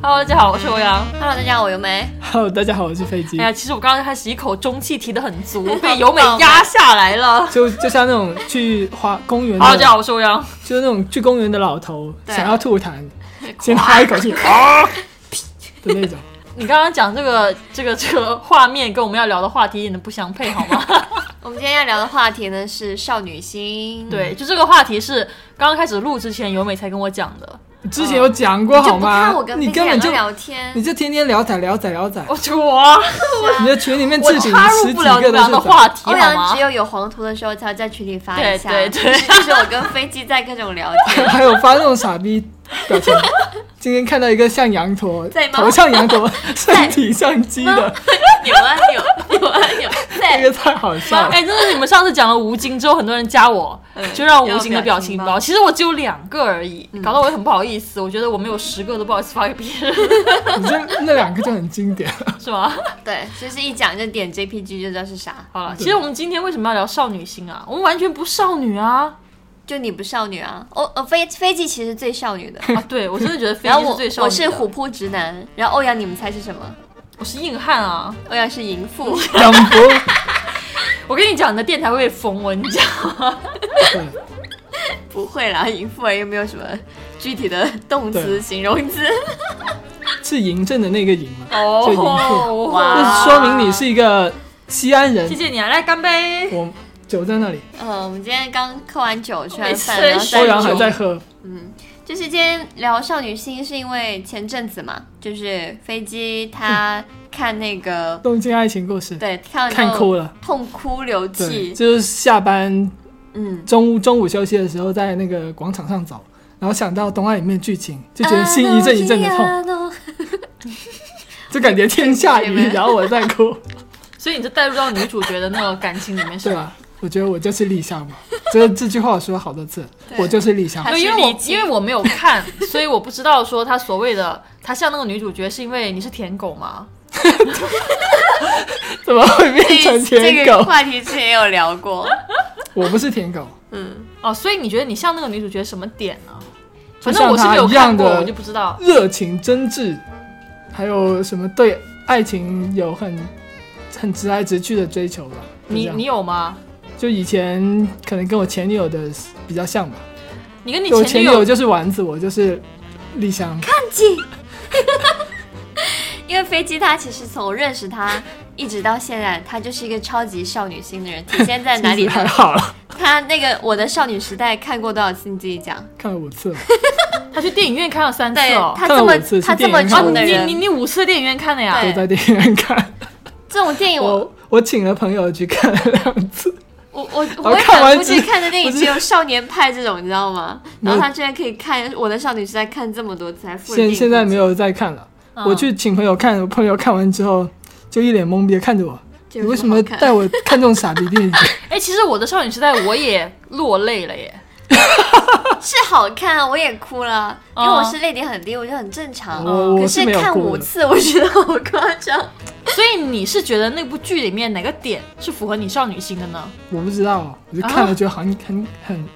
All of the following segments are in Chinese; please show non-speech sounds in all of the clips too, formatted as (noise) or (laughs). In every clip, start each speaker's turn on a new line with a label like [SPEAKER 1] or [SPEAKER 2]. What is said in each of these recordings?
[SPEAKER 1] Hello，大家好，我是欧阳。
[SPEAKER 2] Hello，大家好，我尤梅。
[SPEAKER 3] Hello，大家好，我是飞机
[SPEAKER 1] 哎。呀，其实我刚刚开始一口中气提得很足，被由美压下来了。
[SPEAKER 3] 就就像那种去花公园
[SPEAKER 1] Hello，大家
[SPEAKER 3] 的，
[SPEAKER 1] 好，我是欧阳。
[SPEAKER 3] 就是那种去公园的老头
[SPEAKER 2] 哦对
[SPEAKER 3] 想要吐痰，
[SPEAKER 2] (laughs)
[SPEAKER 3] 先哈一口气啊的那种。
[SPEAKER 1] 你刚刚讲这个这个这个画面跟我们要聊的话题一点都不相配，好吗？
[SPEAKER 2] 我们今天要聊的话题呢是少女心。，
[SPEAKER 1] (laughs) 对，就这个话题是刚刚开始录之前由美才跟我讲的。
[SPEAKER 3] 之前有讲过
[SPEAKER 2] 就
[SPEAKER 3] 好
[SPEAKER 2] 不看
[SPEAKER 3] 吗
[SPEAKER 2] 我？跟
[SPEAKER 3] 你
[SPEAKER 2] 飞机
[SPEAKER 3] 根本
[SPEAKER 2] 两
[SPEAKER 3] 就
[SPEAKER 2] 个聊天
[SPEAKER 3] 你，就天天聊仔聊仔聊仔，
[SPEAKER 1] 我就我啊
[SPEAKER 3] 你的群里面
[SPEAKER 1] 我
[SPEAKER 3] 置顶
[SPEAKER 1] 插
[SPEAKER 3] 十
[SPEAKER 1] 入
[SPEAKER 3] 几
[SPEAKER 1] 不了你们
[SPEAKER 3] 个都
[SPEAKER 1] 俩
[SPEAKER 3] 是
[SPEAKER 1] 的
[SPEAKER 3] 仔。
[SPEAKER 1] 话题，
[SPEAKER 2] 欧
[SPEAKER 1] 好
[SPEAKER 2] 阳
[SPEAKER 1] 吗
[SPEAKER 2] 只？有有黄图的时候才会在群里发
[SPEAKER 1] 对
[SPEAKER 2] 一下。
[SPEAKER 1] 对对
[SPEAKER 2] 就是我跟飞机在各种聊 (laughs) 天。
[SPEAKER 3] (laughs) 还有发那种傻逼
[SPEAKER 2] (laughs)
[SPEAKER 3] 表情。今天看到一个像羊驼
[SPEAKER 2] 在，吗
[SPEAKER 3] 头像羊
[SPEAKER 2] (laughs)
[SPEAKER 3] 驼，身体像鸡的，
[SPEAKER 2] 扭啊扭，扭啊扭，
[SPEAKER 3] 那
[SPEAKER 2] 在
[SPEAKER 3] 个太好笑了。
[SPEAKER 1] 哎，真的是你们上次讲了吴京之后，很多人加 (laughs) 我，就让我
[SPEAKER 2] 要
[SPEAKER 1] 吴京的表情
[SPEAKER 2] 表情
[SPEAKER 1] 包。嗯
[SPEAKER 2] 包
[SPEAKER 1] 其实我只有两个而已，搞得我也很不好意思。我觉得我没有十个都不好意思发给别 (laughs) 人，
[SPEAKER 3] 你这那两个就很经典。
[SPEAKER 1] 是吗？
[SPEAKER 2] (laughs) 对，就是一讲就点 JPG 就知道是啥。
[SPEAKER 1] 好
[SPEAKER 3] 嗯
[SPEAKER 1] 了，其实我们今天为什么要聊少女心啊？我们完全不少女
[SPEAKER 3] (laughs)
[SPEAKER 1] 啊！
[SPEAKER 2] 就你不少女啊，哦呃飞飞机其实最少女 (laughs) 的，
[SPEAKER 1] 啊，对我真的觉得飞
[SPEAKER 2] 然后
[SPEAKER 1] 机
[SPEAKER 2] 我
[SPEAKER 1] 是最少女
[SPEAKER 2] 我
[SPEAKER 1] 的
[SPEAKER 2] 是虎，扑直男，然后欧阳你们猜是什么？
[SPEAKER 1] 我是硬汉啊！
[SPEAKER 2] 欧阳是淫妇，
[SPEAKER 3] 杨博，
[SPEAKER 1] 我跟你讲，你的电台会被封我，你
[SPEAKER 2] (laughs)
[SPEAKER 1] 讲。
[SPEAKER 3] 对
[SPEAKER 2] (laughs) 不会啦，淫妇而啊已又没有什么具体的动词、
[SPEAKER 3] 对
[SPEAKER 2] 形容词。
[SPEAKER 3] 是嬴政的那个嬴嘛？就嬴父，
[SPEAKER 1] 哦，
[SPEAKER 2] 哇
[SPEAKER 3] 这说明你是一个西安人
[SPEAKER 1] 谢。谢你啊！来干杯！
[SPEAKER 3] 我酒在那里，
[SPEAKER 2] 呃，我们今天刚嗑完酒，吃
[SPEAKER 1] 每
[SPEAKER 2] 完
[SPEAKER 1] 次
[SPEAKER 2] 饭，然后
[SPEAKER 1] 在
[SPEAKER 3] 欧
[SPEAKER 2] 再
[SPEAKER 3] 阳还在喝。
[SPEAKER 2] 嗯就是今天聊少女心，是因为前阵子嘛，就是飞机他看那
[SPEAKER 3] (laughs)
[SPEAKER 2] 个，
[SPEAKER 3] 东京爱情故事，
[SPEAKER 2] 对，看
[SPEAKER 3] 看哭了，
[SPEAKER 2] 痛哭流
[SPEAKER 3] 对，
[SPEAKER 2] 涕，
[SPEAKER 3] 就是下班
[SPEAKER 2] 嗯，
[SPEAKER 3] 中午中午休息的时候，在那个广场上走，然后想到东爱里面剧情，就觉得心一阵一阵的
[SPEAKER 1] 啊
[SPEAKER 3] 痛，
[SPEAKER 2] 痛。
[SPEAKER 3] 就感觉天下
[SPEAKER 2] 对
[SPEAKER 3] 雨
[SPEAKER 2] 对
[SPEAKER 1] (laughs)
[SPEAKER 2] 对，
[SPEAKER 3] 然后我在哭，
[SPEAKER 1] 所以你就带入到女主角的那个感情里面是
[SPEAKER 3] 对
[SPEAKER 1] 吧？
[SPEAKER 3] 吧？我觉得我就是丽香嘛，这这句话我说了好多次，
[SPEAKER 2] 对
[SPEAKER 3] 我就是丽香
[SPEAKER 2] 还。
[SPEAKER 1] 对，
[SPEAKER 2] 是
[SPEAKER 1] 因为我
[SPEAKER 2] 理解
[SPEAKER 1] 因为我没有看， (laughs) 所以我不知道说他所谓的他像那个女主角是因为你是舔狗吗？
[SPEAKER 3] 怎么会变成
[SPEAKER 2] 这
[SPEAKER 3] 舔
[SPEAKER 2] 个
[SPEAKER 3] 狗？
[SPEAKER 2] 话题之前也有聊过，
[SPEAKER 3] (laughs) 我不是舔狗，
[SPEAKER 2] 嗯， (laughs)
[SPEAKER 1] 哦，所以你觉得你像那个女主角什么点呢、
[SPEAKER 3] 就
[SPEAKER 1] 反正我是
[SPEAKER 3] 像她
[SPEAKER 1] 没有
[SPEAKER 3] 一样
[SPEAKER 1] 看过，
[SPEAKER 3] 的
[SPEAKER 1] 我就不知道。
[SPEAKER 3] 热情真挚，还有什么对爱情有很很直来直去的追求吧。就这
[SPEAKER 1] 你
[SPEAKER 3] 样
[SPEAKER 1] 你有吗？
[SPEAKER 3] 就以前可能跟我前女友的比较像吧。
[SPEAKER 1] 你跟你
[SPEAKER 3] 我
[SPEAKER 1] 前
[SPEAKER 3] 前
[SPEAKER 1] 女
[SPEAKER 3] 女
[SPEAKER 1] 友
[SPEAKER 3] 友就是丸子，我就是丽香。
[SPEAKER 2] 因为飞机他其实从我认识他一直到现在，他就是一个超级少女心的人，体现在哪里
[SPEAKER 3] 其实还
[SPEAKER 2] 呢？
[SPEAKER 3] 好了， (laughs)
[SPEAKER 2] 他那个我的少女时代看过多少次？你自己讲。
[SPEAKER 3] 看了五次了。
[SPEAKER 1] 她去电影院看了三次
[SPEAKER 2] 对
[SPEAKER 1] 哦。
[SPEAKER 2] 他
[SPEAKER 3] 看了
[SPEAKER 2] 这么
[SPEAKER 3] 五次去
[SPEAKER 2] 他这
[SPEAKER 3] 电
[SPEAKER 1] (laughs)
[SPEAKER 2] 么
[SPEAKER 3] 影院
[SPEAKER 2] 丑
[SPEAKER 3] 看
[SPEAKER 2] 的
[SPEAKER 3] 了
[SPEAKER 1] 你
[SPEAKER 2] 人
[SPEAKER 1] 啊你，你五次电影院看的呀？
[SPEAKER 2] 对
[SPEAKER 3] 都在电影
[SPEAKER 2] (laughs)
[SPEAKER 3] 院看，
[SPEAKER 2] 这种电影我
[SPEAKER 3] 我我请了朋友去看了两
[SPEAKER 2] (laughs)
[SPEAKER 3] 次。
[SPEAKER 2] 我我
[SPEAKER 3] 我
[SPEAKER 2] 我也
[SPEAKER 3] 看
[SPEAKER 2] 很
[SPEAKER 3] 完
[SPEAKER 2] 估
[SPEAKER 3] 之
[SPEAKER 2] 计看的电影
[SPEAKER 3] 我
[SPEAKER 2] 只有少年派这种，你知道吗？
[SPEAKER 3] 没
[SPEAKER 2] 然
[SPEAKER 3] 有
[SPEAKER 2] 后他居然可以看《我的少女时代》看这么多次，还付了电
[SPEAKER 3] 现
[SPEAKER 2] 影
[SPEAKER 3] 现在没
[SPEAKER 2] 有，
[SPEAKER 3] 有再看了。
[SPEAKER 1] 嗯
[SPEAKER 3] 我去请朋友看，我朋友看完之后就一脸懵逼地看着我，
[SPEAKER 2] 这
[SPEAKER 3] 你
[SPEAKER 2] 有
[SPEAKER 3] 为什
[SPEAKER 2] 好
[SPEAKER 3] 么
[SPEAKER 2] 看
[SPEAKER 3] 带我看这种傻逼
[SPEAKER 2] (laughs)
[SPEAKER 3] 电影？
[SPEAKER 1] 哎，其实我的少女时代我也落泪了耶。
[SPEAKER 2] 是好看啊，我也哭了，因为
[SPEAKER 1] 嗯
[SPEAKER 2] 我是泪点很低，我觉得很正常。
[SPEAKER 3] 我
[SPEAKER 2] 可
[SPEAKER 3] 哦我
[SPEAKER 2] 是
[SPEAKER 3] 没有
[SPEAKER 2] 看
[SPEAKER 3] 过
[SPEAKER 2] 五
[SPEAKER 3] 的。
[SPEAKER 2] 次，我觉得好夸张。
[SPEAKER 1] 所以你是觉得那部剧里面哪个点是符合你少女心的呢？
[SPEAKER 3] 我不知道，啊我就看了觉得好像很很，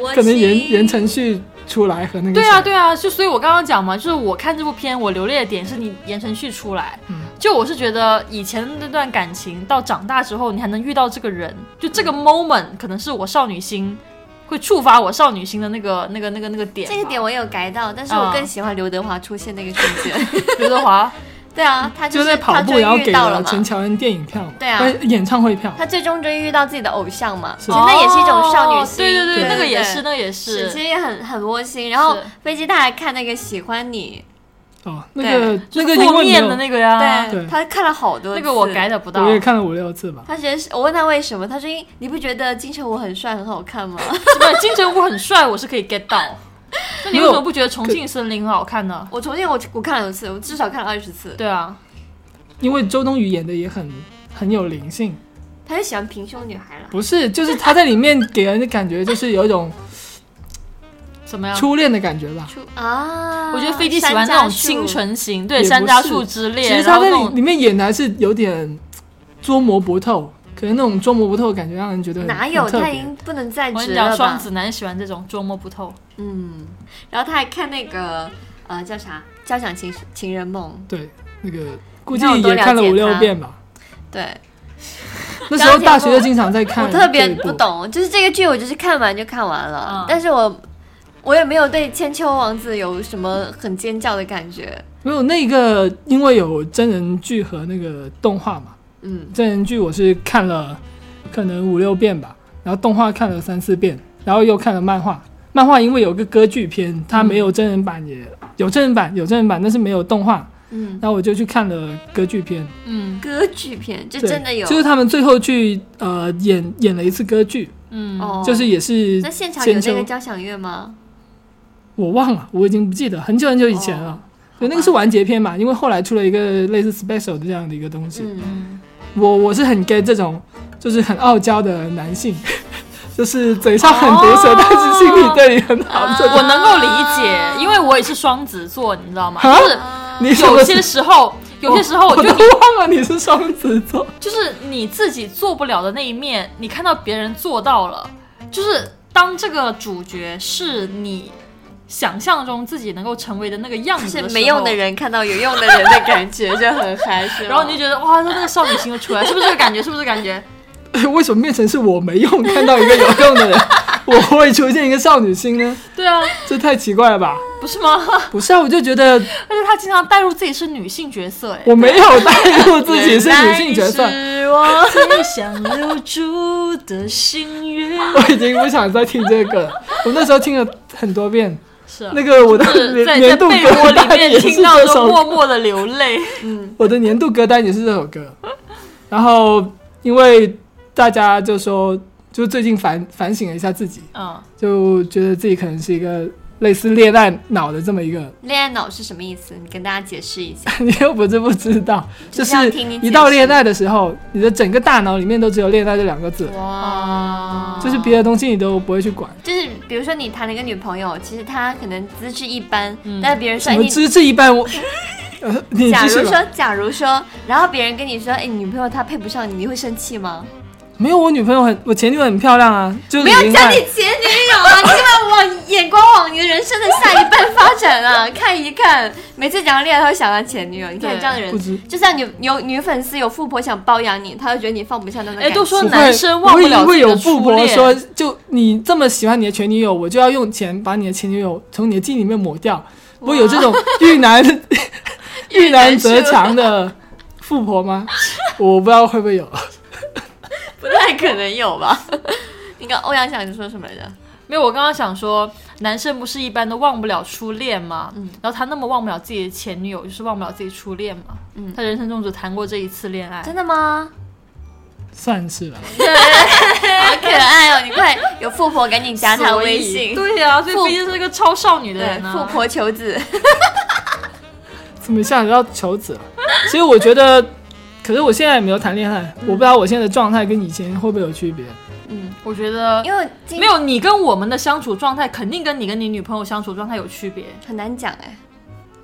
[SPEAKER 2] 我
[SPEAKER 3] 可能
[SPEAKER 2] 心
[SPEAKER 3] 言言承旭出来和那个
[SPEAKER 1] 对啊，
[SPEAKER 3] 谁
[SPEAKER 1] 对啊，就所以我刚刚讲嘛，就是我看这部片，我流泪的点是你言承旭出来，
[SPEAKER 3] 嗯
[SPEAKER 1] 就我是觉得以前那段感情到长大之后，你还能遇到这个人，就这个 moment 可能是我少女心会触发我少女心的那个那个那个那个点吧。
[SPEAKER 2] 这个点我也有改到，但是
[SPEAKER 1] 嗯
[SPEAKER 2] 我更喜欢刘德华出现那个瞬间。
[SPEAKER 1] 刘德华，
[SPEAKER 2] (laughs) 对啊，他
[SPEAKER 3] 就是在跑
[SPEAKER 2] 他
[SPEAKER 3] 步，
[SPEAKER 2] 就
[SPEAKER 3] 然后
[SPEAKER 2] 遇
[SPEAKER 3] 给
[SPEAKER 2] 到了
[SPEAKER 3] 陈
[SPEAKER 2] 嘛，
[SPEAKER 3] 乔恩电影票嘛，
[SPEAKER 2] 对啊
[SPEAKER 3] 呃演唱会票，
[SPEAKER 2] 他最终终于遇到自己的偶像嘛，其
[SPEAKER 3] 是
[SPEAKER 2] 实那也是一种少女
[SPEAKER 1] 哦
[SPEAKER 2] 心。
[SPEAKER 1] 对对对，
[SPEAKER 3] 对
[SPEAKER 1] 那个也
[SPEAKER 2] 对
[SPEAKER 1] 是，那个也
[SPEAKER 2] 是，
[SPEAKER 1] 是
[SPEAKER 2] 其。实也很很窝心。然后
[SPEAKER 1] 是
[SPEAKER 2] 飞机他还看那个喜欢你，
[SPEAKER 3] 哦，那个
[SPEAKER 1] 就
[SPEAKER 3] 那
[SPEAKER 1] 是
[SPEAKER 3] 个英
[SPEAKER 1] 负
[SPEAKER 3] 文没
[SPEAKER 1] 面的
[SPEAKER 3] 有，
[SPEAKER 1] 那个呀，
[SPEAKER 3] 对
[SPEAKER 2] 他看了好多次。
[SPEAKER 1] 那个我改。的不到
[SPEAKER 3] 我。也看了五六次吧。
[SPEAKER 2] 他觉得是我问他为什么，他说因你不觉得金城武很帅很好看吗？ (laughs)
[SPEAKER 1] 不，金城武很帅，我是可以 get 到。那你为什么不觉得《重庆森林》很好看呢？
[SPEAKER 2] 我重新我我看了两次，我至少看了二十次。
[SPEAKER 1] 对啊，
[SPEAKER 3] 因为周冬雨演的也很很有灵性，
[SPEAKER 2] 他就喜欢平胸女孩了。
[SPEAKER 3] 不是，就是她在里面给人的感觉就是有一种
[SPEAKER 1] 怎么样？
[SPEAKER 3] 初恋的感觉吧。
[SPEAKER 2] 出啊！
[SPEAKER 1] 嗯我觉得飞机喜欢那种清
[SPEAKER 2] 纯。
[SPEAKER 1] 纯型，对，
[SPEAKER 3] 也不
[SPEAKER 1] 山楂树之
[SPEAKER 3] 其
[SPEAKER 1] 恋，
[SPEAKER 3] 实
[SPEAKER 1] 然
[SPEAKER 3] 她
[SPEAKER 1] 后
[SPEAKER 3] 在
[SPEAKER 1] 那
[SPEAKER 3] 里
[SPEAKER 1] 种
[SPEAKER 3] 里面演的还是有点捉摸不透，可是那种捉摸不透的感觉让人觉得很
[SPEAKER 2] 哪有？
[SPEAKER 3] 很特
[SPEAKER 2] 他已
[SPEAKER 3] 别。
[SPEAKER 2] 经不能再
[SPEAKER 1] 我跟
[SPEAKER 2] 直
[SPEAKER 1] 你讲，
[SPEAKER 2] 了
[SPEAKER 1] 双
[SPEAKER 2] 吧？
[SPEAKER 1] 子男喜欢这种捉摸不透。
[SPEAKER 2] 嗯，然后他还看那个呃叫啥《交响情情人梦
[SPEAKER 3] 对，那个估计
[SPEAKER 2] 看我多
[SPEAKER 3] 也看了
[SPEAKER 2] 了解
[SPEAKER 3] 五六
[SPEAKER 2] 他
[SPEAKER 3] 遍吧。》，
[SPEAKER 2] 对
[SPEAKER 3] (laughs) 那时候大学就经常在看
[SPEAKER 2] 我
[SPEAKER 3] 这一部，
[SPEAKER 2] 特别不懂，就是这个剧我就是看完就看完了，
[SPEAKER 1] 嗯
[SPEAKER 2] 但是我我也没有对千秋王子有什么很尖叫的感觉。
[SPEAKER 3] 没有那个，因为有真人剧和那个动画嘛。
[SPEAKER 2] 嗯，
[SPEAKER 3] 真人剧我是看了可能五六遍吧，然后动画看了三四遍，然后又看了漫画。漫画因为有个歌剧片，它没有真人版也，有真人版，有真人版，但是没有动画。
[SPEAKER 2] 嗯，
[SPEAKER 3] 然后我就去看了歌剧片，
[SPEAKER 1] 嗯
[SPEAKER 2] 歌剧片就
[SPEAKER 3] 对
[SPEAKER 2] 真的有，
[SPEAKER 3] 就是他们最后去呃演演了一次歌剧，
[SPEAKER 1] 嗯，
[SPEAKER 2] 哦，
[SPEAKER 3] 就是也是
[SPEAKER 2] 那现场有那
[SPEAKER 3] 千
[SPEAKER 2] 个
[SPEAKER 3] 秋
[SPEAKER 2] 交响乐吗？
[SPEAKER 3] 我忘了，我已经不记得很久很久以前了。
[SPEAKER 2] 哦
[SPEAKER 3] 对，那个是完结篇嘛，因为后来出了一个类似 special 的这样的一个东西。
[SPEAKER 2] 嗯，
[SPEAKER 1] 嗯
[SPEAKER 3] 我我是很 get 这种就是很傲娇的男性， (laughs) 就是嘴上很毒舌，
[SPEAKER 1] 哦
[SPEAKER 3] 但是心里对你很好。这
[SPEAKER 1] 啊
[SPEAKER 3] 种
[SPEAKER 1] 我能够理解，因为我也是双子座，你知道吗？
[SPEAKER 3] 啊
[SPEAKER 1] 就是
[SPEAKER 3] 你什么
[SPEAKER 1] 有些时候，有些时候
[SPEAKER 3] 我
[SPEAKER 1] 就
[SPEAKER 3] 都忘了你是双子座，
[SPEAKER 1] 就是你自己做不了的那一面，你看到别人做到了，就是当这个主角是你想象中自己能够成为的那个样子
[SPEAKER 2] 是
[SPEAKER 1] 的时候
[SPEAKER 2] 没用的。人看到有用的人的感觉就很嗨，是吗
[SPEAKER 1] 然后你就觉得哇，他那个少女心又出来，是不是这个感觉？是不是这个感
[SPEAKER 2] (laughs)
[SPEAKER 1] 觉？
[SPEAKER 3] 为什么变成是我没用？看到一个有用的人，
[SPEAKER 1] (laughs)
[SPEAKER 3] 我会出现一个少女心呢？
[SPEAKER 1] 对啊，
[SPEAKER 3] 这太奇怪了吧？
[SPEAKER 1] 不是吗？
[SPEAKER 3] 不是啊，我就觉得
[SPEAKER 1] 而且他经常带入自己是女性角色，哎，
[SPEAKER 3] 我没有带入自己是女性角色
[SPEAKER 2] 原来，是我
[SPEAKER 1] 最想留住的心 (laughs) 愿。
[SPEAKER 3] 我已经不想再听这个了。我那时候听了很多
[SPEAKER 1] (laughs)
[SPEAKER 3] 遍，
[SPEAKER 1] 是啊
[SPEAKER 3] 那个我的
[SPEAKER 1] 就是在在
[SPEAKER 3] 年年度
[SPEAKER 1] 被窝
[SPEAKER 3] 歌
[SPEAKER 1] 里
[SPEAKER 3] 单也
[SPEAKER 1] 面
[SPEAKER 3] 是
[SPEAKER 1] 听到
[SPEAKER 3] 这
[SPEAKER 1] 都
[SPEAKER 3] 首歌
[SPEAKER 1] 默默的流泪。
[SPEAKER 3] 我的年度歌单也是这首歌。然后因为大家就说，就最近反反省了一下自己，
[SPEAKER 1] 嗯，
[SPEAKER 3] 就觉得自己可能是一个类似恋爱脑的这么一个， (laughs)
[SPEAKER 2] 恋爱脑是什么意思？你跟大家解释一下。
[SPEAKER 3] 你又不是不知道，
[SPEAKER 2] 就
[SPEAKER 3] 就是
[SPEAKER 2] 要
[SPEAKER 3] 是
[SPEAKER 2] 听你解释
[SPEAKER 3] 一到恋爱的时候，你的整个大脑里面都只有恋爱这两个字，
[SPEAKER 2] 哇
[SPEAKER 3] 就是别的东西你都不会去管。
[SPEAKER 2] 就是比如说你谈了一个女朋友，其实她可能资质一般，
[SPEAKER 1] 嗯
[SPEAKER 2] 但别人说
[SPEAKER 3] 什
[SPEAKER 2] 哎
[SPEAKER 3] 么
[SPEAKER 2] 你，
[SPEAKER 3] 资质一般，我， (laughs) 呃，你
[SPEAKER 2] 假
[SPEAKER 3] 继续
[SPEAKER 2] 如
[SPEAKER 3] 吧。
[SPEAKER 2] 说假如说，然后别人跟你说哎你女朋友她配不上你，你会生气吗？
[SPEAKER 3] 没有，我女朋友很，我前女友很漂亮啊，就是
[SPEAKER 2] 没有
[SPEAKER 3] 林
[SPEAKER 2] 叫
[SPEAKER 3] 黛
[SPEAKER 2] 你前女友啊，你干嘛往眼光往你的人生的下一半发展啊？ (laughs) 看一看，每次讲到恋爱，他会想到前女友。你看
[SPEAKER 1] 对
[SPEAKER 2] 这样的
[SPEAKER 3] 不
[SPEAKER 2] 人，
[SPEAKER 3] 知
[SPEAKER 2] 就算你有女粉丝有富婆想包养你，他会觉得你放不下那段
[SPEAKER 1] 哎，
[SPEAKER 2] 感
[SPEAKER 1] 都
[SPEAKER 2] 情。
[SPEAKER 1] 说
[SPEAKER 3] 不会
[SPEAKER 1] 男生忘不了
[SPEAKER 3] 不
[SPEAKER 1] 自己
[SPEAKER 3] 会因为有
[SPEAKER 1] 的
[SPEAKER 3] 富
[SPEAKER 1] 初
[SPEAKER 3] 婆
[SPEAKER 1] 恋。
[SPEAKER 3] 说，就你这么喜欢你的前女友，我就要用钱把你的前女友从你的记忆里面抹掉。不会有这种遇难
[SPEAKER 1] (laughs)
[SPEAKER 3] 遇难则强的富婆吗？ (laughs) 我不知道会不会有。
[SPEAKER 2] 不太可能有吧？你看欧阳想你说什么来着？
[SPEAKER 1] 没有，我刚刚想说，男生不是一般都忘不了初恋吗？
[SPEAKER 2] 嗯
[SPEAKER 1] 然后他那么忘不了自己的前女友，就是忘不了自己初恋嘛。
[SPEAKER 2] 嗯
[SPEAKER 1] 他人生中只谈过这一次恋爱。
[SPEAKER 2] 真的吗？
[SPEAKER 3] 算是吧，
[SPEAKER 2] 好可爱哦！你快有富婆赶紧加他微信。
[SPEAKER 1] 所以对呀、啊所以
[SPEAKER 2] 富
[SPEAKER 1] 毕竟是个超少女的
[SPEAKER 2] 对
[SPEAKER 1] 人，啊。
[SPEAKER 2] 富婆求子，
[SPEAKER 3] 怎么想到求子了？所以我觉得，可是我现在也没有谈恋爱，我不知道我现在的状态跟以前会不会有区别。
[SPEAKER 2] 嗯，
[SPEAKER 1] 我觉得
[SPEAKER 2] 因为今
[SPEAKER 1] 没有你跟我们的相处状态，肯定跟你跟你女朋友相处状态有区别。
[SPEAKER 2] 很难讲哎。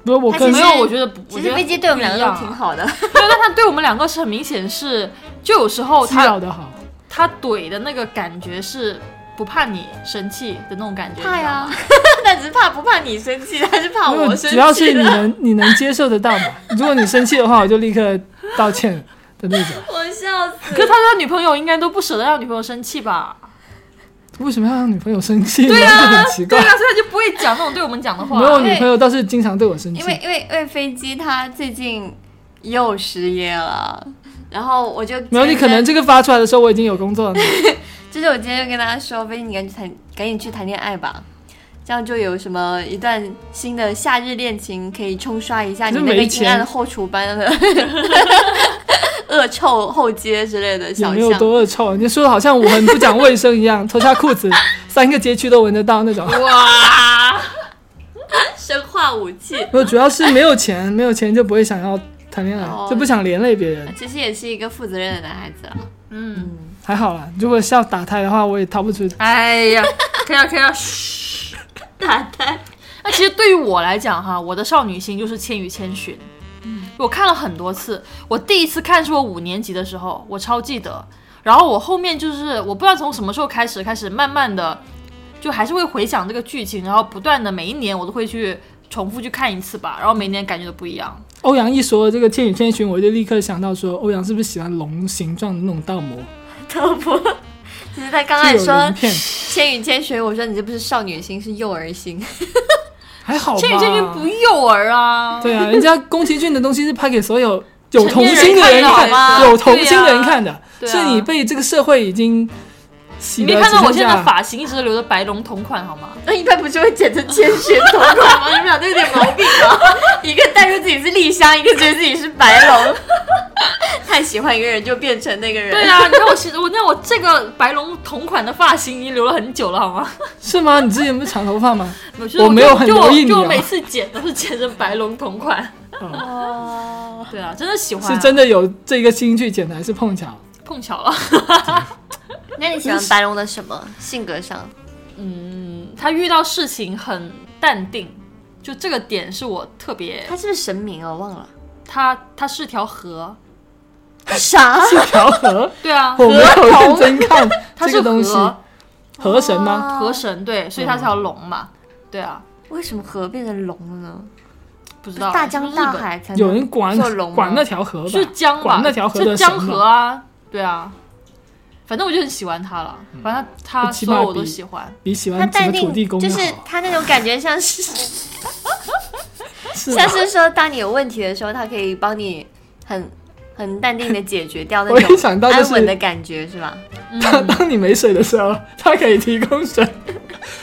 [SPEAKER 3] 不是我
[SPEAKER 2] 他
[SPEAKER 3] 可
[SPEAKER 2] 其
[SPEAKER 1] 没
[SPEAKER 2] 实
[SPEAKER 3] 能
[SPEAKER 1] 有，我觉得不
[SPEAKER 2] 其
[SPEAKER 1] 我
[SPEAKER 2] 实
[SPEAKER 1] 觉得
[SPEAKER 2] 飞机对我们两个
[SPEAKER 1] 不一样啊
[SPEAKER 2] 都挺好的，
[SPEAKER 1] 对，但他对我们两个是很明显是，就有时候
[SPEAKER 3] 骚
[SPEAKER 2] 啊
[SPEAKER 3] 扰
[SPEAKER 1] 他
[SPEAKER 3] 的好，
[SPEAKER 1] 他怼的那个感觉是不怕你生气的那种感觉，
[SPEAKER 2] 怕呀， (laughs) 但只是怕不怕你生气，他是怕
[SPEAKER 3] 没有
[SPEAKER 2] 我生气。
[SPEAKER 3] 主要是你能你能接受得到嘛？ (laughs) 如果你生气的话，我就立刻道歉的那种。
[SPEAKER 2] 我笑死。
[SPEAKER 1] 可是他对他女朋友应该都不舍得让女朋友生气吧？
[SPEAKER 3] 为什么要让女朋友生气呢？这很奇
[SPEAKER 1] 对
[SPEAKER 3] 怪。
[SPEAKER 1] 啊，所以他就不会讲那种对我们讲的话。
[SPEAKER 3] 没有，我女朋友倒是经常对我生气
[SPEAKER 2] 因。为因为因为飞机他最近又失业了，然后我就
[SPEAKER 3] 没有，
[SPEAKER 2] 今
[SPEAKER 3] 你
[SPEAKER 2] 天
[SPEAKER 3] 可能这个发出来的时候，我已经有工作了。
[SPEAKER 2] 就是我今天就跟他说，飞机你赶紧谈赶紧去谈恋爱吧，这样就有什么一段新的夏日恋情可以冲刷一下你
[SPEAKER 3] 可是
[SPEAKER 2] 那个阴
[SPEAKER 3] 没
[SPEAKER 2] 暗
[SPEAKER 3] 钱
[SPEAKER 2] 的后厨般的 (laughs) 恶臭后街之类的 (laughs)
[SPEAKER 3] 也
[SPEAKER 2] 小
[SPEAKER 3] 没有
[SPEAKER 2] 巷。
[SPEAKER 3] 多恶臭，你说的好像我很不讲卫生一样， (laughs) 脱下裤子，三个街区都闻得到那种。
[SPEAKER 1] 哇，
[SPEAKER 2] 生化武器，
[SPEAKER 3] 没有，主要是没有钱，没有钱就不会想要谈恋
[SPEAKER 2] 哦
[SPEAKER 3] 爱，就不想连累别人。
[SPEAKER 2] 其实也是一个负责任的男孩子啊了。
[SPEAKER 1] 嗯，
[SPEAKER 3] 还好啦，如果是要打胎的话，我也掏不出。
[SPEAKER 1] 哎呀，可以了，可以了，嘘，
[SPEAKER 2] 打胎，
[SPEAKER 1] 那其实对于我来讲哈，我的少女心就是《千与千寻》。嗯我看了很多次，我第一次看是我五年级的时候，我超记得。然后我后面就是我不知道从什么时候开始，开始慢慢的就还是会回想这个剧情，然后不断的每一年我都会去重复去看一次吧，然后每年感觉都不一样。
[SPEAKER 3] 欧阳一说这个《千与千寻》，我就立刻想到说，欧阳是不是喜欢龙形状的那种盗模？
[SPEAKER 2] 特不。其实他刚才
[SPEAKER 3] 就有
[SPEAKER 2] 说
[SPEAKER 3] 鳞
[SPEAKER 2] 《
[SPEAKER 3] 片，
[SPEAKER 2] 千与千寻》，我说你这不是少女心，是幼儿心。 (laughs)
[SPEAKER 3] 还好吧？
[SPEAKER 1] 《千与千寻》不幼儿啊，
[SPEAKER 3] 对啊，人家宫崎骏的东西是拍给所有有童
[SPEAKER 1] 成
[SPEAKER 3] 心
[SPEAKER 1] 年人
[SPEAKER 3] 的
[SPEAKER 1] 看
[SPEAKER 3] 人
[SPEAKER 1] 的好
[SPEAKER 3] 看，
[SPEAKER 1] 吗
[SPEAKER 3] 有童心的人看的，
[SPEAKER 1] 对啊
[SPEAKER 3] 是你被这个社会已经洗
[SPEAKER 1] 你
[SPEAKER 3] 得
[SPEAKER 1] 没看到我现在的
[SPEAKER 3] 几分之二
[SPEAKER 1] 发型一直都留着白龙同款好吗？
[SPEAKER 2] 那一般不就会剪成千寻同款吗？你们俩都有点毛病啊！ (laughs) 一个带入自己是丽香，一个觉得自己是白龙。 (laughs) 太喜欢一个人就变成那个人。
[SPEAKER 1] 对啊，你看我其实我那我这个白龙同款的发型已经留了很久了好吗？ (laughs)
[SPEAKER 3] 是吗？你之前不是长头发吗？
[SPEAKER 1] 我就是
[SPEAKER 3] 我没有很
[SPEAKER 1] 就
[SPEAKER 3] 留意你啊
[SPEAKER 1] 就我每次剪都是剪成白龙同款。啊
[SPEAKER 3] 嗯
[SPEAKER 2] 哦，
[SPEAKER 1] 对啊，真的喜欢啊、
[SPEAKER 3] 是真的有这个心去剪的，还是碰
[SPEAKER 1] (laughs)
[SPEAKER 3] 巧？
[SPEAKER 1] 碰巧了。
[SPEAKER 2] 那你喜欢白龙的什么性格上？
[SPEAKER 1] 嗯，他遇到事情很淡定，就这个点是我特别。
[SPEAKER 2] 他是不是神明啊？我忘了。
[SPEAKER 1] 他他是条河，
[SPEAKER 2] 啥？
[SPEAKER 3] 是条河，
[SPEAKER 1] 对啊，
[SPEAKER 3] 我没有认真看
[SPEAKER 1] 他 (laughs)
[SPEAKER 3] 这
[SPEAKER 1] 是
[SPEAKER 3] 个东西，
[SPEAKER 1] 河
[SPEAKER 3] 河神吗？
[SPEAKER 1] 河神，对，所以他是条龙嘛。对啊，
[SPEAKER 2] 哦为什么河变成龙了呢？
[SPEAKER 1] 不知道
[SPEAKER 2] 大
[SPEAKER 1] 是
[SPEAKER 2] 江
[SPEAKER 1] 不是日
[SPEAKER 2] 大
[SPEAKER 1] 本
[SPEAKER 2] 海才能
[SPEAKER 3] 有人管
[SPEAKER 2] 做龙吗
[SPEAKER 3] 管那条河吧？
[SPEAKER 1] 是江吧
[SPEAKER 3] 管？那条河
[SPEAKER 1] 是
[SPEAKER 3] 的
[SPEAKER 1] 江
[SPEAKER 3] 神吧
[SPEAKER 1] 河啊，对啊，反正我就很喜欢他了，反正他
[SPEAKER 3] 嗯就起
[SPEAKER 1] 所
[SPEAKER 3] 码
[SPEAKER 1] 有我都
[SPEAKER 3] 比
[SPEAKER 1] 喜欢。
[SPEAKER 3] 比喜
[SPEAKER 2] 他
[SPEAKER 3] 欢什
[SPEAKER 2] 淡
[SPEAKER 3] 么土
[SPEAKER 2] 定
[SPEAKER 3] 地公，
[SPEAKER 2] 就
[SPEAKER 3] 要
[SPEAKER 2] 是
[SPEAKER 3] 好
[SPEAKER 2] 他那种感觉像是。
[SPEAKER 3] 是啊
[SPEAKER 2] (laughs)
[SPEAKER 3] 吧
[SPEAKER 2] 像是说，当你有问题的时候，他可以帮你很很淡定的解决掉
[SPEAKER 3] 我
[SPEAKER 2] 那
[SPEAKER 3] 一
[SPEAKER 2] 种
[SPEAKER 3] 想到就
[SPEAKER 2] 安
[SPEAKER 3] 是
[SPEAKER 2] 稳的感觉，是吧？
[SPEAKER 3] 当 (laughs) 当你没水的时候，他可以提供水，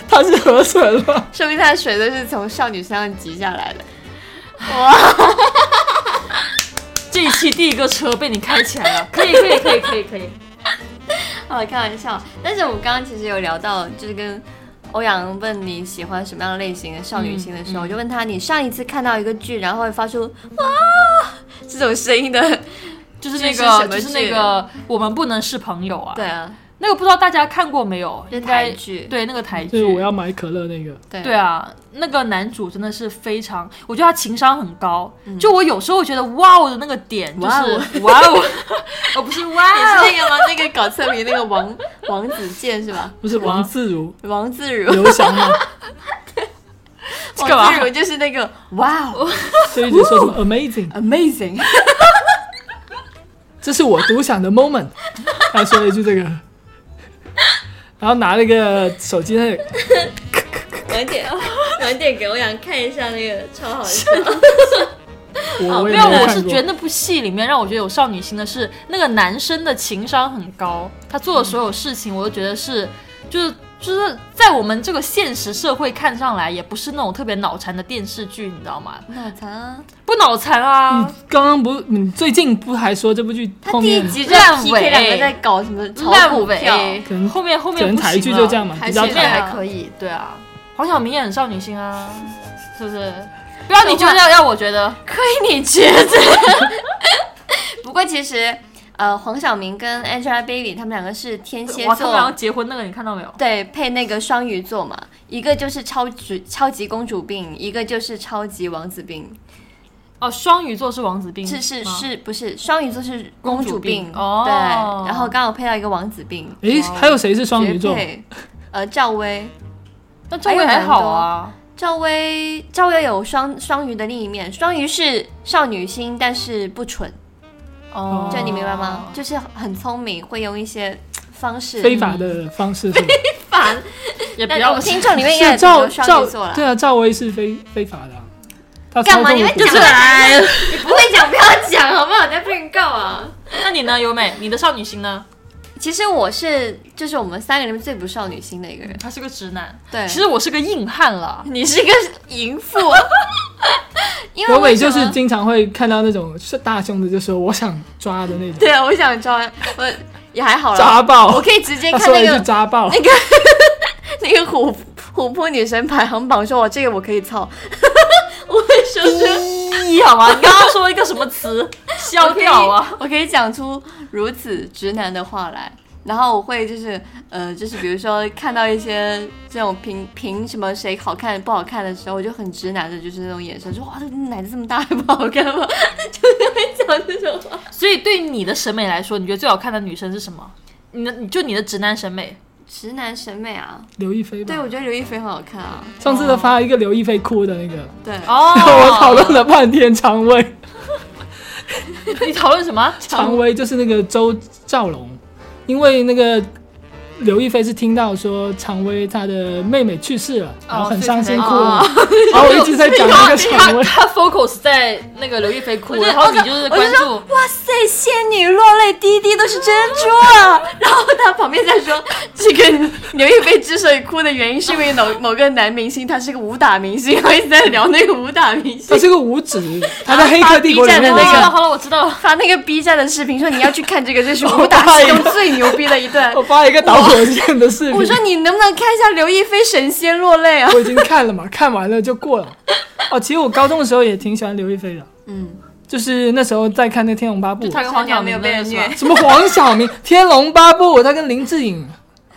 [SPEAKER 3] 他是河神吗？
[SPEAKER 2] 说明他的水都是从少女身上挤下来的。
[SPEAKER 1] 这一期第一个车被你开起来
[SPEAKER 2] (laughs)
[SPEAKER 1] 了，可以可以可以可以可以。
[SPEAKER 2] 啊，开玩笑。但是我们刚刚其实有聊到，就是跟欧阳问你喜欢什么样的类型的少女心的时
[SPEAKER 1] 嗯嗯
[SPEAKER 2] 候，我就问他你上一次看到一个剧，然后会发出哇这种声音的，
[SPEAKER 1] 就是那
[SPEAKER 2] 这是什
[SPEAKER 1] 个，
[SPEAKER 2] 么
[SPEAKER 1] 就是那
[SPEAKER 2] 剧
[SPEAKER 1] 个，我们不能是朋友啊。
[SPEAKER 2] 对，啊，
[SPEAKER 1] 那个不知道大家看过没有？
[SPEAKER 2] 就
[SPEAKER 1] 应
[SPEAKER 2] 是
[SPEAKER 1] 该
[SPEAKER 2] 台剧
[SPEAKER 1] 对那个台
[SPEAKER 3] 就是
[SPEAKER 1] 剧。
[SPEAKER 3] 我要买可乐那个，
[SPEAKER 2] 对
[SPEAKER 1] 对啊，那个男主真的是非常，我觉得他情商很高。就我有时候觉得哇哦的那个点，就
[SPEAKER 2] 嗯哇哦
[SPEAKER 1] 是哇哦， (laughs) 我不是哇
[SPEAKER 2] 也是
[SPEAKER 1] 哦，
[SPEAKER 2] 那个吗？那个搞测评那个王王子健是
[SPEAKER 3] (laughs)
[SPEAKER 2] 吧？
[SPEAKER 3] 不是王自如、
[SPEAKER 2] 王自如，
[SPEAKER 3] 刘翔啊吗？ (laughs)
[SPEAKER 1] 这个吧
[SPEAKER 2] 王自如就是那哦个哇哦
[SPEAKER 3] 就一直说什么 amazing，
[SPEAKER 2] amazing，
[SPEAKER 3] 这是我独享的 moment。他说了一句这个，然后拿了个手机在那里，
[SPEAKER 2] 晚点晚点给欧阳看一下那个超好笑，哦
[SPEAKER 3] 我我
[SPEAKER 1] 没
[SPEAKER 3] 也
[SPEAKER 1] 有，
[SPEAKER 3] 没有
[SPEAKER 1] 我
[SPEAKER 3] 看
[SPEAKER 1] 是觉得那
[SPEAKER 3] 过。
[SPEAKER 1] 部戏里面让我觉得有少女心的是那个男生的情商很高，他做的所有事情，我都觉得是，就是就是在我们这个现实社会看上来，也不是那种特别脑残的电视剧，你知道吗？
[SPEAKER 2] 脑残啊！
[SPEAKER 1] 不脑残啊，
[SPEAKER 3] 你刚刚不，你最近不还说这部剧
[SPEAKER 2] 他
[SPEAKER 3] 后
[SPEAKER 2] 第一
[SPEAKER 3] 面
[SPEAKER 2] 集就要
[SPEAKER 1] 烂尾
[SPEAKER 2] PK 两个在搞什么炒
[SPEAKER 1] 烂
[SPEAKER 2] 股票，
[SPEAKER 1] 尾
[SPEAKER 3] 可能，
[SPEAKER 1] 后面后面
[SPEAKER 3] 可能
[SPEAKER 1] 不行
[SPEAKER 3] 台剧
[SPEAKER 1] 了
[SPEAKER 3] 就这样嘛，
[SPEAKER 2] 还
[SPEAKER 3] 比
[SPEAKER 1] 前
[SPEAKER 3] 较
[SPEAKER 2] 是
[SPEAKER 1] 面
[SPEAKER 3] 台
[SPEAKER 1] 还
[SPEAKER 2] 啊
[SPEAKER 1] 可以，对啊，黄晓明也很少女心啊，是不是？不要你觉得要要我觉得，
[SPEAKER 2] 亏你觉得。不过其实，呃，黄晓明跟 Angelababy 他们两个是天蝎
[SPEAKER 1] 哇，他们俩要
[SPEAKER 2] 座，
[SPEAKER 1] 结婚那个你看到没有？
[SPEAKER 2] 对，配那个双鱼座嘛，一个就是超级超级公主病，一个就是超级王子病，
[SPEAKER 1] 哦，双鱼座是王子病吗，
[SPEAKER 2] 是是是不是双鱼座是嗯公
[SPEAKER 1] 主
[SPEAKER 2] 主
[SPEAKER 1] 病
[SPEAKER 2] 病
[SPEAKER 1] 哦
[SPEAKER 2] 对，然后刚好配到一个王子病，
[SPEAKER 3] 诶，还有谁是双鱼座
[SPEAKER 2] 绝？配，呃，赵薇。
[SPEAKER 1] 那周围还好啊，
[SPEAKER 2] 赵薇，赵薇有双双鱼的另一面，双鱼是少女心，但是不蠢，
[SPEAKER 1] 哦
[SPEAKER 2] 就你明白吗？就是很聪明，会用一些方式。
[SPEAKER 3] 非法的方式是吗
[SPEAKER 2] 凡，
[SPEAKER 1] 也比
[SPEAKER 2] 那
[SPEAKER 1] 较 (laughs)
[SPEAKER 2] 我听众里面应该
[SPEAKER 3] 是
[SPEAKER 2] 有很多
[SPEAKER 3] 赵
[SPEAKER 2] 双鱼座
[SPEAKER 3] 赵
[SPEAKER 2] 了。
[SPEAKER 3] 对啊，赵薇是非非法的啊，他
[SPEAKER 2] 干嘛
[SPEAKER 3] 操纵
[SPEAKER 2] 你
[SPEAKER 3] 了
[SPEAKER 2] 们
[SPEAKER 3] 国 (laughs)
[SPEAKER 2] 讲来？你不会讲不要讲好不好？在被告啊！
[SPEAKER 1] 那你呢，优美？你的少女心呢？
[SPEAKER 2] 其实我是，就是我们三个里面最不少女心的一个人。
[SPEAKER 1] 他是个直男，
[SPEAKER 2] 对，
[SPEAKER 1] 其实我是个硬汉了。
[SPEAKER 2] (laughs) 你是个淫妇， (laughs) 因为
[SPEAKER 3] 刘伟
[SPEAKER 2] 为什
[SPEAKER 3] 就
[SPEAKER 2] 么
[SPEAKER 3] 是经常会看到那种是大胸的，就说我想抓的那种，
[SPEAKER 2] (laughs) 对啊，我想抓，我也还好
[SPEAKER 3] 渣
[SPEAKER 2] 啦。我
[SPEAKER 3] 爆。
[SPEAKER 2] 可以直接
[SPEAKER 3] 他
[SPEAKER 2] 看
[SPEAKER 3] 说了
[SPEAKER 2] 那
[SPEAKER 3] 一
[SPEAKER 2] 个哎
[SPEAKER 3] 句渣
[SPEAKER 2] (laughs)
[SPEAKER 3] 爆，
[SPEAKER 2] 那个琥琥珀女神排行榜说，我这个我可以操， (laughs) 我会说出
[SPEAKER 1] 咦，好
[SPEAKER 2] (laughs)
[SPEAKER 1] 吗？你刚刚说一个什么词？ (laughs) 消掉啊！
[SPEAKER 2] 我可以，我可以讲出如此直男的话来。然后我会就是呃，就是比如说看到一些这种评评什么谁好看不好看的时候，我就很直男的，就是那种眼神，说哇，这奶子这么大 (laughs) 还不好看吗？就是会讲这种话。
[SPEAKER 1] 所以对你的审美来说，你觉得最好看的女生是什么？你的你就你的直男审美，
[SPEAKER 2] 直男审美啊，
[SPEAKER 3] 刘亦菲吧
[SPEAKER 2] 对，。我觉得刘亦菲很好看啊。
[SPEAKER 3] 上次他发了一个刘亦菲哭的那个，
[SPEAKER 2] 对，
[SPEAKER 1] 哦
[SPEAKER 3] (laughs) 我讨论了半天常威，
[SPEAKER 1] 你讨论什么？ (laughs)
[SPEAKER 3] 常威就是那个周兆龙，因为那个刘亦菲是听到说常威她的妹妹去世
[SPEAKER 2] 哦
[SPEAKER 3] 了，然后很伤心哭了，然哦后我一直在讲那个常
[SPEAKER 1] 他
[SPEAKER 2] (laughs)
[SPEAKER 3] 威，
[SPEAKER 1] 他 focus 在那个刘亦菲哭，
[SPEAKER 2] 我就哦
[SPEAKER 1] 然后你就是关
[SPEAKER 2] 我就
[SPEAKER 1] 注
[SPEAKER 2] 说，哇塞，仙女落泪滴滴都是珍珠啊！然后他旁边在说， (laughs) 这个刘亦菲之所以哭的原因，是因为某某个男明星，他是个武打明星，我一直在聊那个武打明
[SPEAKER 3] 他
[SPEAKER 1] (laughs)
[SPEAKER 2] 星，
[SPEAKER 3] 是个舞指，他在《黑客帝国》里面
[SPEAKER 2] 那
[SPEAKER 3] 的
[SPEAKER 2] 个
[SPEAKER 1] 好
[SPEAKER 3] 是
[SPEAKER 1] 哦了好了，我知道了。
[SPEAKER 2] 发那个 B 站的视频说你要去看这个，这是武打
[SPEAKER 1] (laughs)
[SPEAKER 2] 戏中最牛逼的一段
[SPEAKER 3] (laughs) 我。发了一个导火线的视频，
[SPEAKER 2] 我说你能不能看一下刘亦菲神仙落泪啊？
[SPEAKER 3] 我已经看了嘛，看完了就过了。哦，其实我高中的时候也挺喜欢刘亦菲的，
[SPEAKER 2] 嗯，
[SPEAKER 3] 就是那时候在看那《天龙八部
[SPEAKER 1] 就》，他跟黄晓明的那个是吧
[SPEAKER 2] 三娘没有被人虐
[SPEAKER 3] 什么黄晓明《天龙八部》，他跟林志颖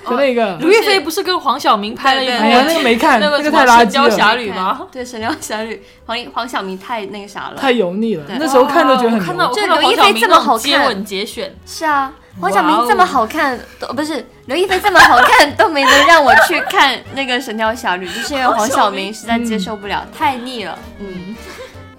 [SPEAKER 3] 的那个，
[SPEAKER 1] 哦刘亦菲不是跟黄晓明拍了一部
[SPEAKER 3] 哎呀，那个没看，
[SPEAKER 1] 那
[SPEAKER 3] 那
[SPEAKER 1] 个
[SPEAKER 3] 个
[SPEAKER 1] 什
[SPEAKER 3] 太
[SPEAKER 1] 么
[SPEAKER 3] 垃
[SPEAKER 1] 神雕
[SPEAKER 3] 圾
[SPEAKER 1] 侠
[SPEAKER 3] 了，
[SPEAKER 1] 侣吗？
[SPEAKER 2] 对，《神雕侠侣》黄黄晓明太那个啥了，
[SPEAKER 3] 太油腻了。
[SPEAKER 2] 对
[SPEAKER 3] 那时候看都觉得
[SPEAKER 1] 哦我
[SPEAKER 3] 很
[SPEAKER 1] 看
[SPEAKER 3] 油
[SPEAKER 1] 到
[SPEAKER 3] 腻。
[SPEAKER 1] 我
[SPEAKER 2] 这
[SPEAKER 1] 看到
[SPEAKER 2] 刘
[SPEAKER 1] 黄
[SPEAKER 2] 亦
[SPEAKER 1] 晓
[SPEAKER 2] 菲
[SPEAKER 1] 明
[SPEAKER 2] 这么
[SPEAKER 1] 那种
[SPEAKER 2] 好
[SPEAKER 1] 接
[SPEAKER 2] 看
[SPEAKER 1] 吻节选，嗯
[SPEAKER 2] 是啊，黄晓明这么好看，都不是刘亦菲这么好看，都没能让我去看那个《神雕侠侣》，就是因为黄晓明实在接受不了，太腻了。
[SPEAKER 1] 嗯，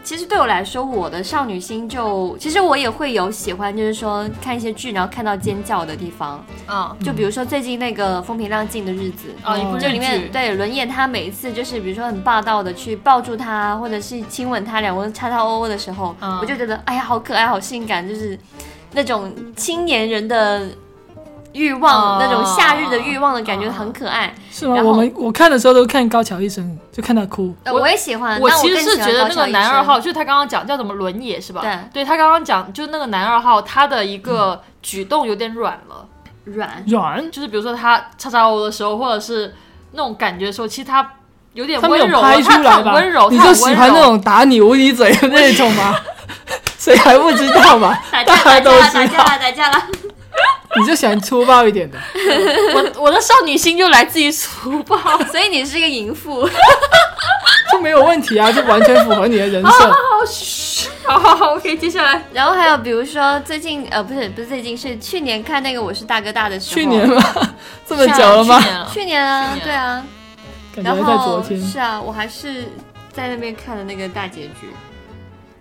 [SPEAKER 2] 其实对我来说，我的少女心就，其实我也会有喜欢，就是说看一些剧，然后看到尖叫的地方，
[SPEAKER 1] 啊
[SPEAKER 2] 就比如说最近那个《风平浪静的日子》
[SPEAKER 1] 啊，一部
[SPEAKER 3] 哦
[SPEAKER 1] 日
[SPEAKER 2] 哦这里
[SPEAKER 1] 剧
[SPEAKER 2] 面，对轮眼，他每一次就是比如说很霸道的去抱住他，或者是亲吻他，两个人叉叉哦哦的时候，
[SPEAKER 1] 嗯
[SPEAKER 2] 我就觉得哎呀好可爱，好性感，就是那种青年人的欲
[SPEAKER 1] 哦
[SPEAKER 2] 望，那种夏日的欲望的感觉
[SPEAKER 1] 哦
[SPEAKER 2] 很可爱。
[SPEAKER 3] 是吗？
[SPEAKER 2] 然后
[SPEAKER 3] 我们我看的时候都看高桥医生，就看他哭。
[SPEAKER 2] 呃
[SPEAKER 1] 我
[SPEAKER 2] 我也喜欢，
[SPEAKER 1] 我
[SPEAKER 2] 但
[SPEAKER 1] 其实
[SPEAKER 2] 更
[SPEAKER 1] 是
[SPEAKER 2] 喜
[SPEAKER 1] 觉
[SPEAKER 2] 欢
[SPEAKER 1] 得
[SPEAKER 2] 高
[SPEAKER 1] 那
[SPEAKER 2] 桥
[SPEAKER 1] 个
[SPEAKER 2] 医
[SPEAKER 1] 男二
[SPEAKER 2] 生
[SPEAKER 1] 号，就是他刚刚讲叫什么轮野是吧？
[SPEAKER 2] 对嗯
[SPEAKER 1] 对他刚刚讲，就是那个男二号，他的一个举动有点软了，
[SPEAKER 3] (laughs)
[SPEAKER 2] 软，
[SPEAKER 3] 软，
[SPEAKER 1] 就是比如说他叉叉我的时候，或者是那种感觉的时候，其实他有点
[SPEAKER 3] 他没有
[SPEAKER 1] 温柔，
[SPEAKER 3] 拍出
[SPEAKER 1] 他他
[SPEAKER 3] 来
[SPEAKER 1] 很
[SPEAKER 3] 吧？
[SPEAKER 1] 温柔，
[SPEAKER 3] 你
[SPEAKER 1] 他
[SPEAKER 3] 就
[SPEAKER 1] 很
[SPEAKER 3] 喜
[SPEAKER 1] 温
[SPEAKER 3] 欢那
[SPEAKER 1] 柔
[SPEAKER 3] 种打你无理嘴的那种吗？ (laughs) 谁还不知道嘛？
[SPEAKER 2] 打
[SPEAKER 3] 大
[SPEAKER 2] 架
[SPEAKER 3] 家
[SPEAKER 2] 打
[SPEAKER 3] 都
[SPEAKER 2] 架了，
[SPEAKER 3] 知
[SPEAKER 2] 打架
[SPEAKER 3] 道， (laughs)
[SPEAKER 2] 了，打架了。
[SPEAKER 3] 你就喜欢粗暴一点的。
[SPEAKER 1] 我我的少女心就来自于粗暴。
[SPEAKER 2] 所以你是个淫妇，
[SPEAKER 3] 就没有问题啊，就完全符合你的人
[SPEAKER 2] 哦
[SPEAKER 3] 设。
[SPEAKER 1] 好，嘘， (laughs) 好好好，OK，接下来
[SPEAKER 2] (laughs) 然后还有比如说最近呃不是不是最近是去年看那个我是大哥大的时候，
[SPEAKER 3] 去年吗？这么
[SPEAKER 2] 是啊
[SPEAKER 3] 久了吗
[SPEAKER 1] 去？年了
[SPEAKER 2] 去年啊
[SPEAKER 1] 去年
[SPEAKER 2] 对啊，
[SPEAKER 3] 感
[SPEAKER 2] 然
[SPEAKER 3] 觉
[SPEAKER 2] 后
[SPEAKER 3] 在昨天。
[SPEAKER 2] 是啊，我还是在那边看了那个大结局，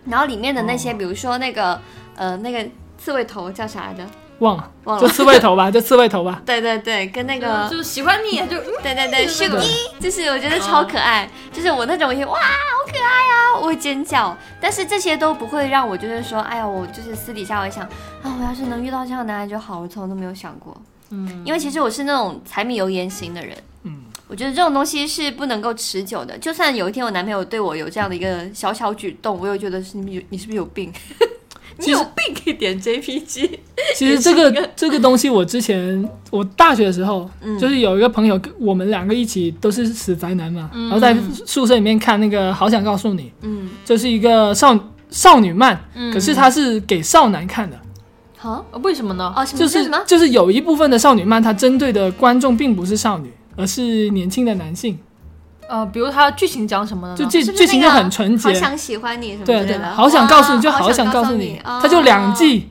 [SPEAKER 2] 然后里面的那
[SPEAKER 3] 哦
[SPEAKER 2] 些，比如说那个呃那个刺猬头叫啥来着？
[SPEAKER 3] 忘了，
[SPEAKER 2] 忘
[SPEAKER 3] 就
[SPEAKER 2] 了。
[SPEAKER 3] 刺猬头吧，就刺猬头吧。
[SPEAKER 2] 对对对，跟那个
[SPEAKER 1] 就。是喜欢你就嗯
[SPEAKER 2] 对对 (laughs) 对，
[SPEAKER 1] 是
[SPEAKER 2] 秀
[SPEAKER 1] 的
[SPEAKER 2] 一，就是我觉得超可爱，就是我那种也哇，好可爱呀、我会尖叫，但是这些都不会让我就是说，哎呀，我就是私底下我也想啊，我要是能遇到这样的男孩就好，我从来都没有想过，
[SPEAKER 1] 嗯，
[SPEAKER 2] 因为其实我是那种柴米油盐型的人，
[SPEAKER 3] 嗯，
[SPEAKER 2] 我觉得这种东西是不能够持久的。就算有一天我男朋友对我有这样的一个小小举动，我又觉得是你有你是不是有病？ (laughs) 你
[SPEAKER 3] 其实
[SPEAKER 2] 有病可以点 JPG。
[SPEAKER 3] 其实
[SPEAKER 2] (laughs)
[SPEAKER 3] 这个这个东西，我之前我大学的时候，
[SPEAKER 2] 嗯
[SPEAKER 3] 就是有一个朋友，我们两个一起都是死宅男嘛，然后在宿舍里面看那个《好想告诉你
[SPEAKER 2] 嗯，》，
[SPEAKER 3] 就是一个少少女漫，
[SPEAKER 1] 嗯
[SPEAKER 3] 可是它是给少男看的，
[SPEAKER 2] 好
[SPEAKER 1] 为什么呢？
[SPEAKER 2] 哦，什么
[SPEAKER 3] 就
[SPEAKER 2] 叫
[SPEAKER 3] 是
[SPEAKER 2] 什么？
[SPEAKER 3] 就是有一部分的少女漫，它针对的观众并不是少女，而是年轻的男性，
[SPEAKER 1] 呃，比如他剧情讲什么的呢？
[SPEAKER 3] 就剧
[SPEAKER 2] 哦是不是
[SPEAKER 3] 剧情就
[SPEAKER 2] 那个
[SPEAKER 3] 很纯洁，啊
[SPEAKER 2] 好想喜欢你什么之
[SPEAKER 3] 对
[SPEAKER 2] 类
[SPEAKER 3] 对，
[SPEAKER 2] 的。
[SPEAKER 3] 好想告诉你，就
[SPEAKER 2] 哇
[SPEAKER 3] 好想
[SPEAKER 2] 告
[SPEAKER 3] 告诉
[SPEAKER 2] 你哦
[SPEAKER 3] 你，，它就两季，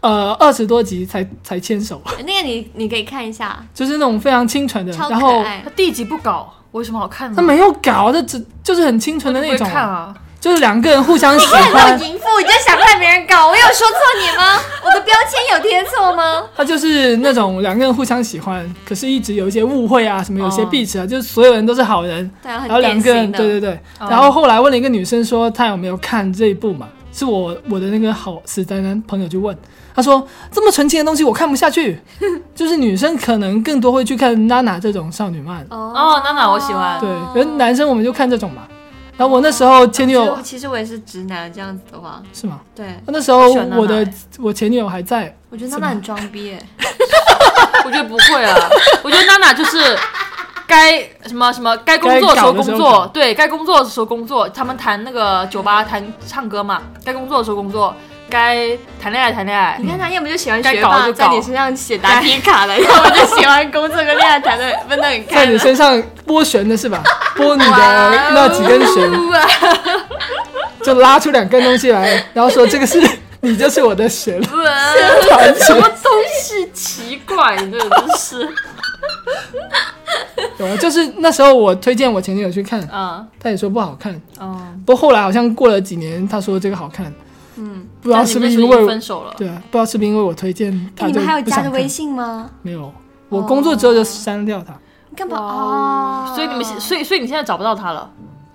[SPEAKER 3] 呃，二十多集才才牵手，
[SPEAKER 2] 哦。 (laughs) 那个你你可以看一
[SPEAKER 3] (laughs)
[SPEAKER 2] 下，
[SPEAKER 3] 就是那种非常清纯的。
[SPEAKER 2] 超
[SPEAKER 3] 然
[SPEAKER 2] 可
[SPEAKER 3] 后
[SPEAKER 2] 爱
[SPEAKER 1] 他。第几不搞，我有什么好看的？
[SPEAKER 3] 哎他没有搞，他只就是很清纯的
[SPEAKER 1] 不
[SPEAKER 3] 那
[SPEAKER 1] 会
[SPEAKER 3] 种，
[SPEAKER 1] 看啊，
[SPEAKER 3] 就是两个人互相喜
[SPEAKER 2] 看到
[SPEAKER 3] 欢。
[SPEAKER 2] 淫妇你就想看别人搞，我有说错你吗？我的标签有贴错吗？
[SPEAKER 3] 他就是那种两个人互相喜欢，可是一直有一些误会啊，什么有些
[SPEAKER 1] 哦
[SPEAKER 3] 壁纸啊，就是所有人都是好人，
[SPEAKER 2] 对啊，
[SPEAKER 3] 然后
[SPEAKER 2] 很
[SPEAKER 3] 两
[SPEAKER 2] 典
[SPEAKER 3] 个人
[SPEAKER 2] 型
[SPEAKER 3] 对
[SPEAKER 2] 的。哦
[SPEAKER 3] 对对。然后后来问了一个女生说她有没有看这一部嘛？是我我的那个好死宅男朋友就问，他说这么纯情的东西我看不
[SPEAKER 2] (laughs)
[SPEAKER 3] 下去，就是女生可能更多会去看娜娜这种啊少女漫，
[SPEAKER 2] 哦
[SPEAKER 1] 哦娜娜我喜欢
[SPEAKER 3] 对，可是男生我们就看这种嘛。然后我那时候前女友
[SPEAKER 2] 其实其实我也是直男，这样子的话，
[SPEAKER 3] 是吗？
[SPEAKER 2] 对，
[SPEAKER 3] 那时候
[SPEAKER 1] 我喜欢娜娜
[SPEAKER 3] 我的
[SPEAKER 1] 欸
[SPEAKER 3] 我前女友还在，
[SPEAKER 2] 我觉得娜娜很装逼
[SPEAKER 3] (laughs)
[SPEAKER 2] 耶，
[SPEAKER 1] 我觉得不会啊，我觉得娜娜就是。该什么什么该工作的时候工
[SPEAKER 3] 该搞的时候
[SPEAKER 1] 作
[SPEAKER 3] 搞，
[SPEAKER 1] 对该工作的时候工作。他们谈那个酒吧谈唱歌嘛，该工作的时候工作，该谈恋爱谈恋爱
[SPEAKER 2] 你。看他要么就喜欢
[SPEAKER 1] 该
[SPEAKER 2] 学
[SPEAKER 1] 搞
[SPEAKER 2] 霸，
[SPEAKER 1] 就
[SPEAKER 2] 在
[SPEAKER 1] 搞
[SPEAKER 2] 你身上写答题卡的，要么就喜欢工作跟恋爱谈
[SPEAKER 3] (laughs)
[SPEAKER 2] 的分得很开
[SPEAKER 3] 在你
[SPEAKER 2] 的。
[SPEAKER 3] 身上拨弦的
[SPEAKER 2] (laughs)
[SPEAKER 3] 是吧？拨你的
[SPEAKER 2] 哦
[SPEAKER 3] 那几根弦，就拉出两根东西来，然后说这个是你就是我的神，
[SPEAKER 1] 这什么东西奇怪，你这个真是
[SPEAKER 3] (laughs) 有啊，就是那时候我推荐我前女友去看，
[SPEAKER 1] 啊，
[SPEAKER 3] 她也说不好看，
[SPEAKER 1] 嗯，
[SPEAKER 3] 不过后来好像过了几年，她说这个好看，
[SPEAKER 2] 嗯，
[SPEAKER 3] 不知道
[SPEAKER 1] 但你
[SPEAKER 3] 是不
[SPEAKER 1] 们
[SPEAKER 3] 是
[SPEAKER 1] 已
[SPEAKER 3] 因
[SPEAKER 1] 经
[SPEAKER 3] 为
[SPEAKER 1] 分手了，
[SPEAKER 3] 对啊，不知道是不是因为我推荐
[SPEAKER 2] 哎，
[SPEAKER 3] 她
[SPEAKER 2] 你
[SPEAKER 3] 就
[SPEAKER 2] 们还有
[SPEAKER 3] 不
[SPEAKER 2] 加
[SPEAKER 3] 想
[SPEAKER 2] 着
[SPEAKER 3] 看
[SPEAKER 2] 微信吗？
[SPEAKER 3] 没有，我工作之后就删掉她，
[SPEAKER 2] 你干嘛
[SPEAKER 1] 哇
[SPEAKER 2] 啊？
[SPEAKER 3] 哦
[SPEAKER 1] 所以你们现，所以所以你现在找不到他了，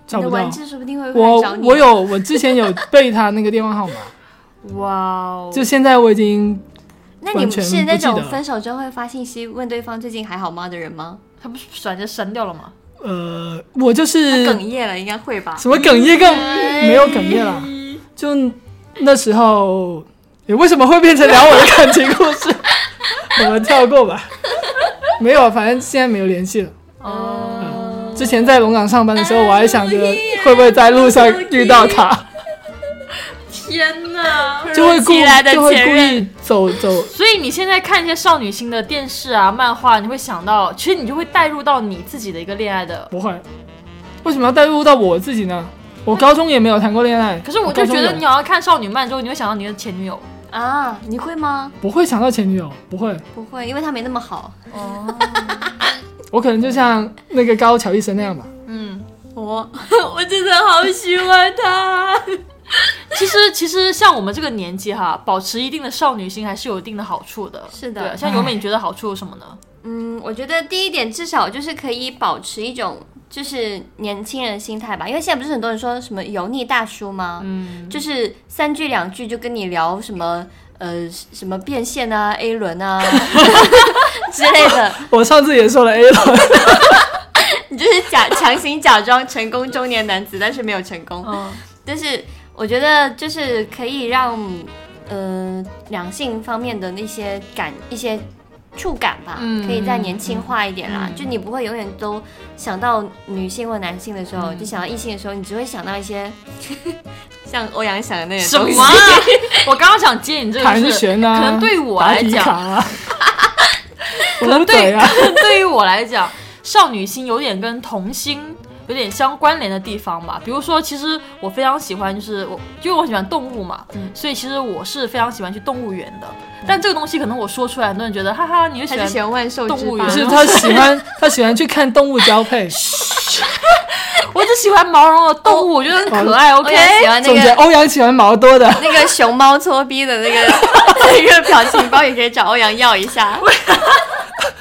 [SPEAKER 3] 找
[SPEAKER 2] 你的
[SPEAKER 3] 不到
[SPEAKER 2] 玩。具说不定会回
[SPEAKER 3] 我
[SPEAKER 2] 来找你。
[SPEAKER 3] 我有我之前有背她那个电
[SPEAKER 2] (laughs)
[SPEAKER 3] 话号码，
[SPEAKER 1] 哇哦，
[SPEAKER 3] 就现在我已经
[SPEAKER 2] 那你
[SPEAKER 3] 完全
[SPEAKER 2] 是
[SPEAKER 3] 不
[SPEAKER 2] 那
[SPEAKER 3] 记得
[SPEAKER 2] 种
[SPEAKER 3] 了
[SPEAKER 2] 分手之后会发信息问对方最近还好吗的人吗？
[SPEAKER 1] 他不是突然间删掉了吗？
[SPEAKER 3] 呃，我就
[SPEAKER 2] 他
[SPEAKER 3] 是
[SPEAKER 2] 哽咽了，应该会吧？
[SPEAKER 3] 什么哽咽更
[SPEAKER 1] 哎
[SPEAKER 3] 没有哽咽了，就那时候，你为什么会变成聊我的感情故
[SPEAKER 1] (laughs)
[SPEAKER 3] 事？我们跳过吧。没有，啊反正现在没有联系了。
[SPEAKER 1] 哦，
[SPEAKER 3] 之前在龙岗上班的
[SPEAKER 1] 哎
[SPEAKER 3] 时候，我还想着会不会在路上遇到他，
[SPEAKER 1] 天哪！
[SPEAKER 3] 就会故
[SPEAKER 2] 突如其来的
[SPEAKER 3] 就会
[SPEAKER 2] 前
[SPEAKER 3] 故
[SPEAKER 2] 任
[SPEAKER 3] 意走走。
[SPEAKER 1] 所以你现在看一些少女心的电视啊、漫画，你会想到，其实你就会带入到你自己的一个恋爱的。
[SPEAKER 3] 不会，为什么要带入到我自己呢？我高中也没有谈过恋爱，
[SPEAKER 1] 可是我
[SPEAKER 3] 高
[SPEAKER 1] 就
[SPEAKER 3] 中
[SPEAKER 1] 觉
[SPEAKER 3] 有
[SPEAKER 1] 得你好像看少女漫之后，你会想到你的前女友。
[SPEAKER 3] 嗯
[SPEAKER 2] 啊，你会吗？
[SPEAKER 3] 不会想到前女友，不会，
[SPEAKER 2] 不会，因为他没那么好。
[SPEAKER 3] 我可能就像那个高桥医生那样吧。
[SPEAKER 1] 嗯，
[SPEAKER 2] 我我真的好喜欢
[SPEAKER 1] (laughs)
[SPEAKER 2] 他。
[SPEAKER 1] 其实其实像我们这个年纪哈，保持一定的少女心还是有一定的好处的。
[SPEAKER 2] 是的
[SPEAKER 1] 对像尤美，你觉得好处有什么呢？
[SPEAKER 2] 嗯，我觉得第一点至少就是可以保持一种就是年轻人的心态吧，因为现在不是很多人说什么油腻大叔吗？
[SPEAKER 1] 嗯，
[SPEAKER 2] 就是三句两句就跟你聊什么呃什么变现啊、A 轮
[SPEAKER 3] (laughs)
[SPEAKER 2] 啊之类的，
[SPEAKER 3] 我上次也说了哎 A 了，
[SPEAKER 2] 你就是假强行假装成功中年男子，但是没有成功。
[SPEAKER 1] 嗯，
[SPEAKER 2] 但是我觉得就是可以让呃两性方面的那些感一些触感吧，
[SPEAKER 1] 嗯
[SPEAKER 2] 可以再年轻化一点啦。
[SPEAKER 1] 嗯
[SPEAKER 2] 就你不会永远都想到女性或男性的时候，
[SPEAKER 1] 嗯
[SPEAKER 2] 就想到异性的时候，你只会想到一些 (laughs) 像欧阳想的那些
[SPEAKER 1] 什
[SPEAKER 2] 东西
[SPEAKER 1] 么。啊？ (laughs) 我刚刚想接你这个，
[SPEAKER 3] (laughs) 盘
[SPEAKER 1] 就是
[SPEAKER 3] 旋啊，
[SPEAKER 1] 可能对我
[SPEAKER 3] 打
[SPEAKER 1] 来
[SPEAKER 3] 底
[SPEAKER 1] 讲 (laughs)
[SPEAKER 3] 卡，啊，我的嘴啊，
[SPEAKER 1] 对于我来讲，少女心有点跟童心有点相关联的地方吧。比如说，其实我非常喜欢，就是我因为我很喜欢动物嘛，
[SPEAKER 2] 嗯
[SPEAKER 1] 所以其实我是非常喜欢去动物园的。但这个东西可能我说出来，很多人觉得哈哈，你就喜
[SPEAKER 2] 他就
[SPEAKER 1] 欢
[SPEAKER 2] 喜欢万兽之
[SPEAKER 1] 动物
[SPEAKER 2] 吧
[SPEAKER 1] 园
[SPEAKER 3] 不是他喜欢他喜欢去看动物交配，
[SPEAKER 1] 我只喜欢毛茸茸的动物，我觉得很可爱。
[SPEAKER 2] 欧阳
[SPEAKER 1] OK，
[SPEAKER 2] 喜欢那
[SPEAKER 3] 总结
[SPEAKER 2] 个
[SPEAKER 3] 欧阳喜欢毛多的，
[SPEAKER 2] 那个熊猫搓逼的那个 (laughs) 那个表情包，也可以找欧阳要一下。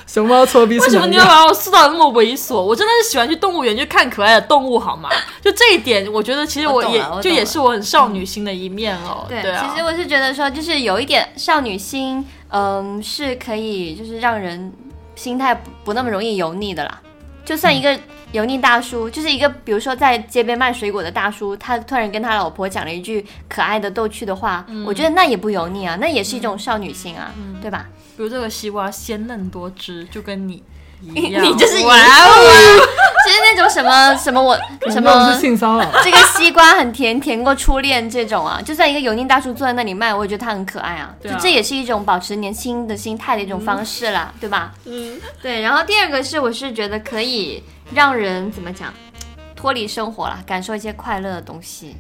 [SPEAKER 3] 熊猫搓鼻
[SPEAKER 1] 为
[SPEAKER 3] 是
[SPEAKER 1] 什
[SPEAKER 3] 哪
[SPEAKER 1] 么
[SPEAKER 3] 一
[SPEAKER 1] 你
[SPEAKER 3] 个
[SPEAKER 1] 要？把我塑造的那么猥琐？我真的是喜欢去动物园去看可爱的动物，好
[SPEAKER 2] (laughs)
[SPEAKER 1] 吗？就这一点，我觉得其实
[SPEAKER 2] 我懂
[SPEAKER 1] 也
[SPEAKER 2] 了我
[SPEAKER 1] 就
[SPEAKER 2] 懂
[SPEAKER 1] 也
[SPEAKER 2] 了
[SPEAKER 1] 是我很少女心的一面哦。
[SPEAKER 2] 对，
[SPEAKER 1] 啊，
[SPEAKER 2] 其实我是觉得说，就是有一点少女心，嗯，是可以就是让人心态不不那么容易油腻的啦。就算一个油腻大
[SPEAKER 1] 嗯
[SPEAKER 2] 叔，就是一个比如说在街边卖水果的大叔，他突然跟他老婆讲了一句可爱的逗趣的话，
[SPEAKER 1] 嗯
[SPEAKER 2] 我觉得那也不油腻啊，那也是一种少女心啊，对吧？
[SPEAKER 1] 比如这个西瓜鲜嫩多汁，就跟你一
[SPEAKER 2] 你
[SPEAKER 1] 样，
[SPEAKER 2] (laughs) 你就是
[SPEAKER 1] 哇
[SPEAKER 2] 哇哦， (laughs) 就是那种什么什么我什
[SPEAKER 3] 那种
[SPEAKER 2] 么
[SPEAKER 3] 是性
[SPEAKER 1] (laughs)
[SPEAKER 2] (laughs)
[SPEAKER 3] 骚扰？
[SPEAKER 2] 这个西瓜很甜，甜过初恋这种啊，就算一个油腻大叔坐在那里卖，我也觉得他很可爱啊。
[SPEAKER 1] 对啊
[SPEAKER 2] 就这也是一种保持年轻的心态的一种方式啦，对吧？
[SPEAKER 1] 嗯，
[SPEAKER 2] 对。然后第二个是，我是觉得可以让人怎么讲，脱离生活啦，感受一些快乐的东西。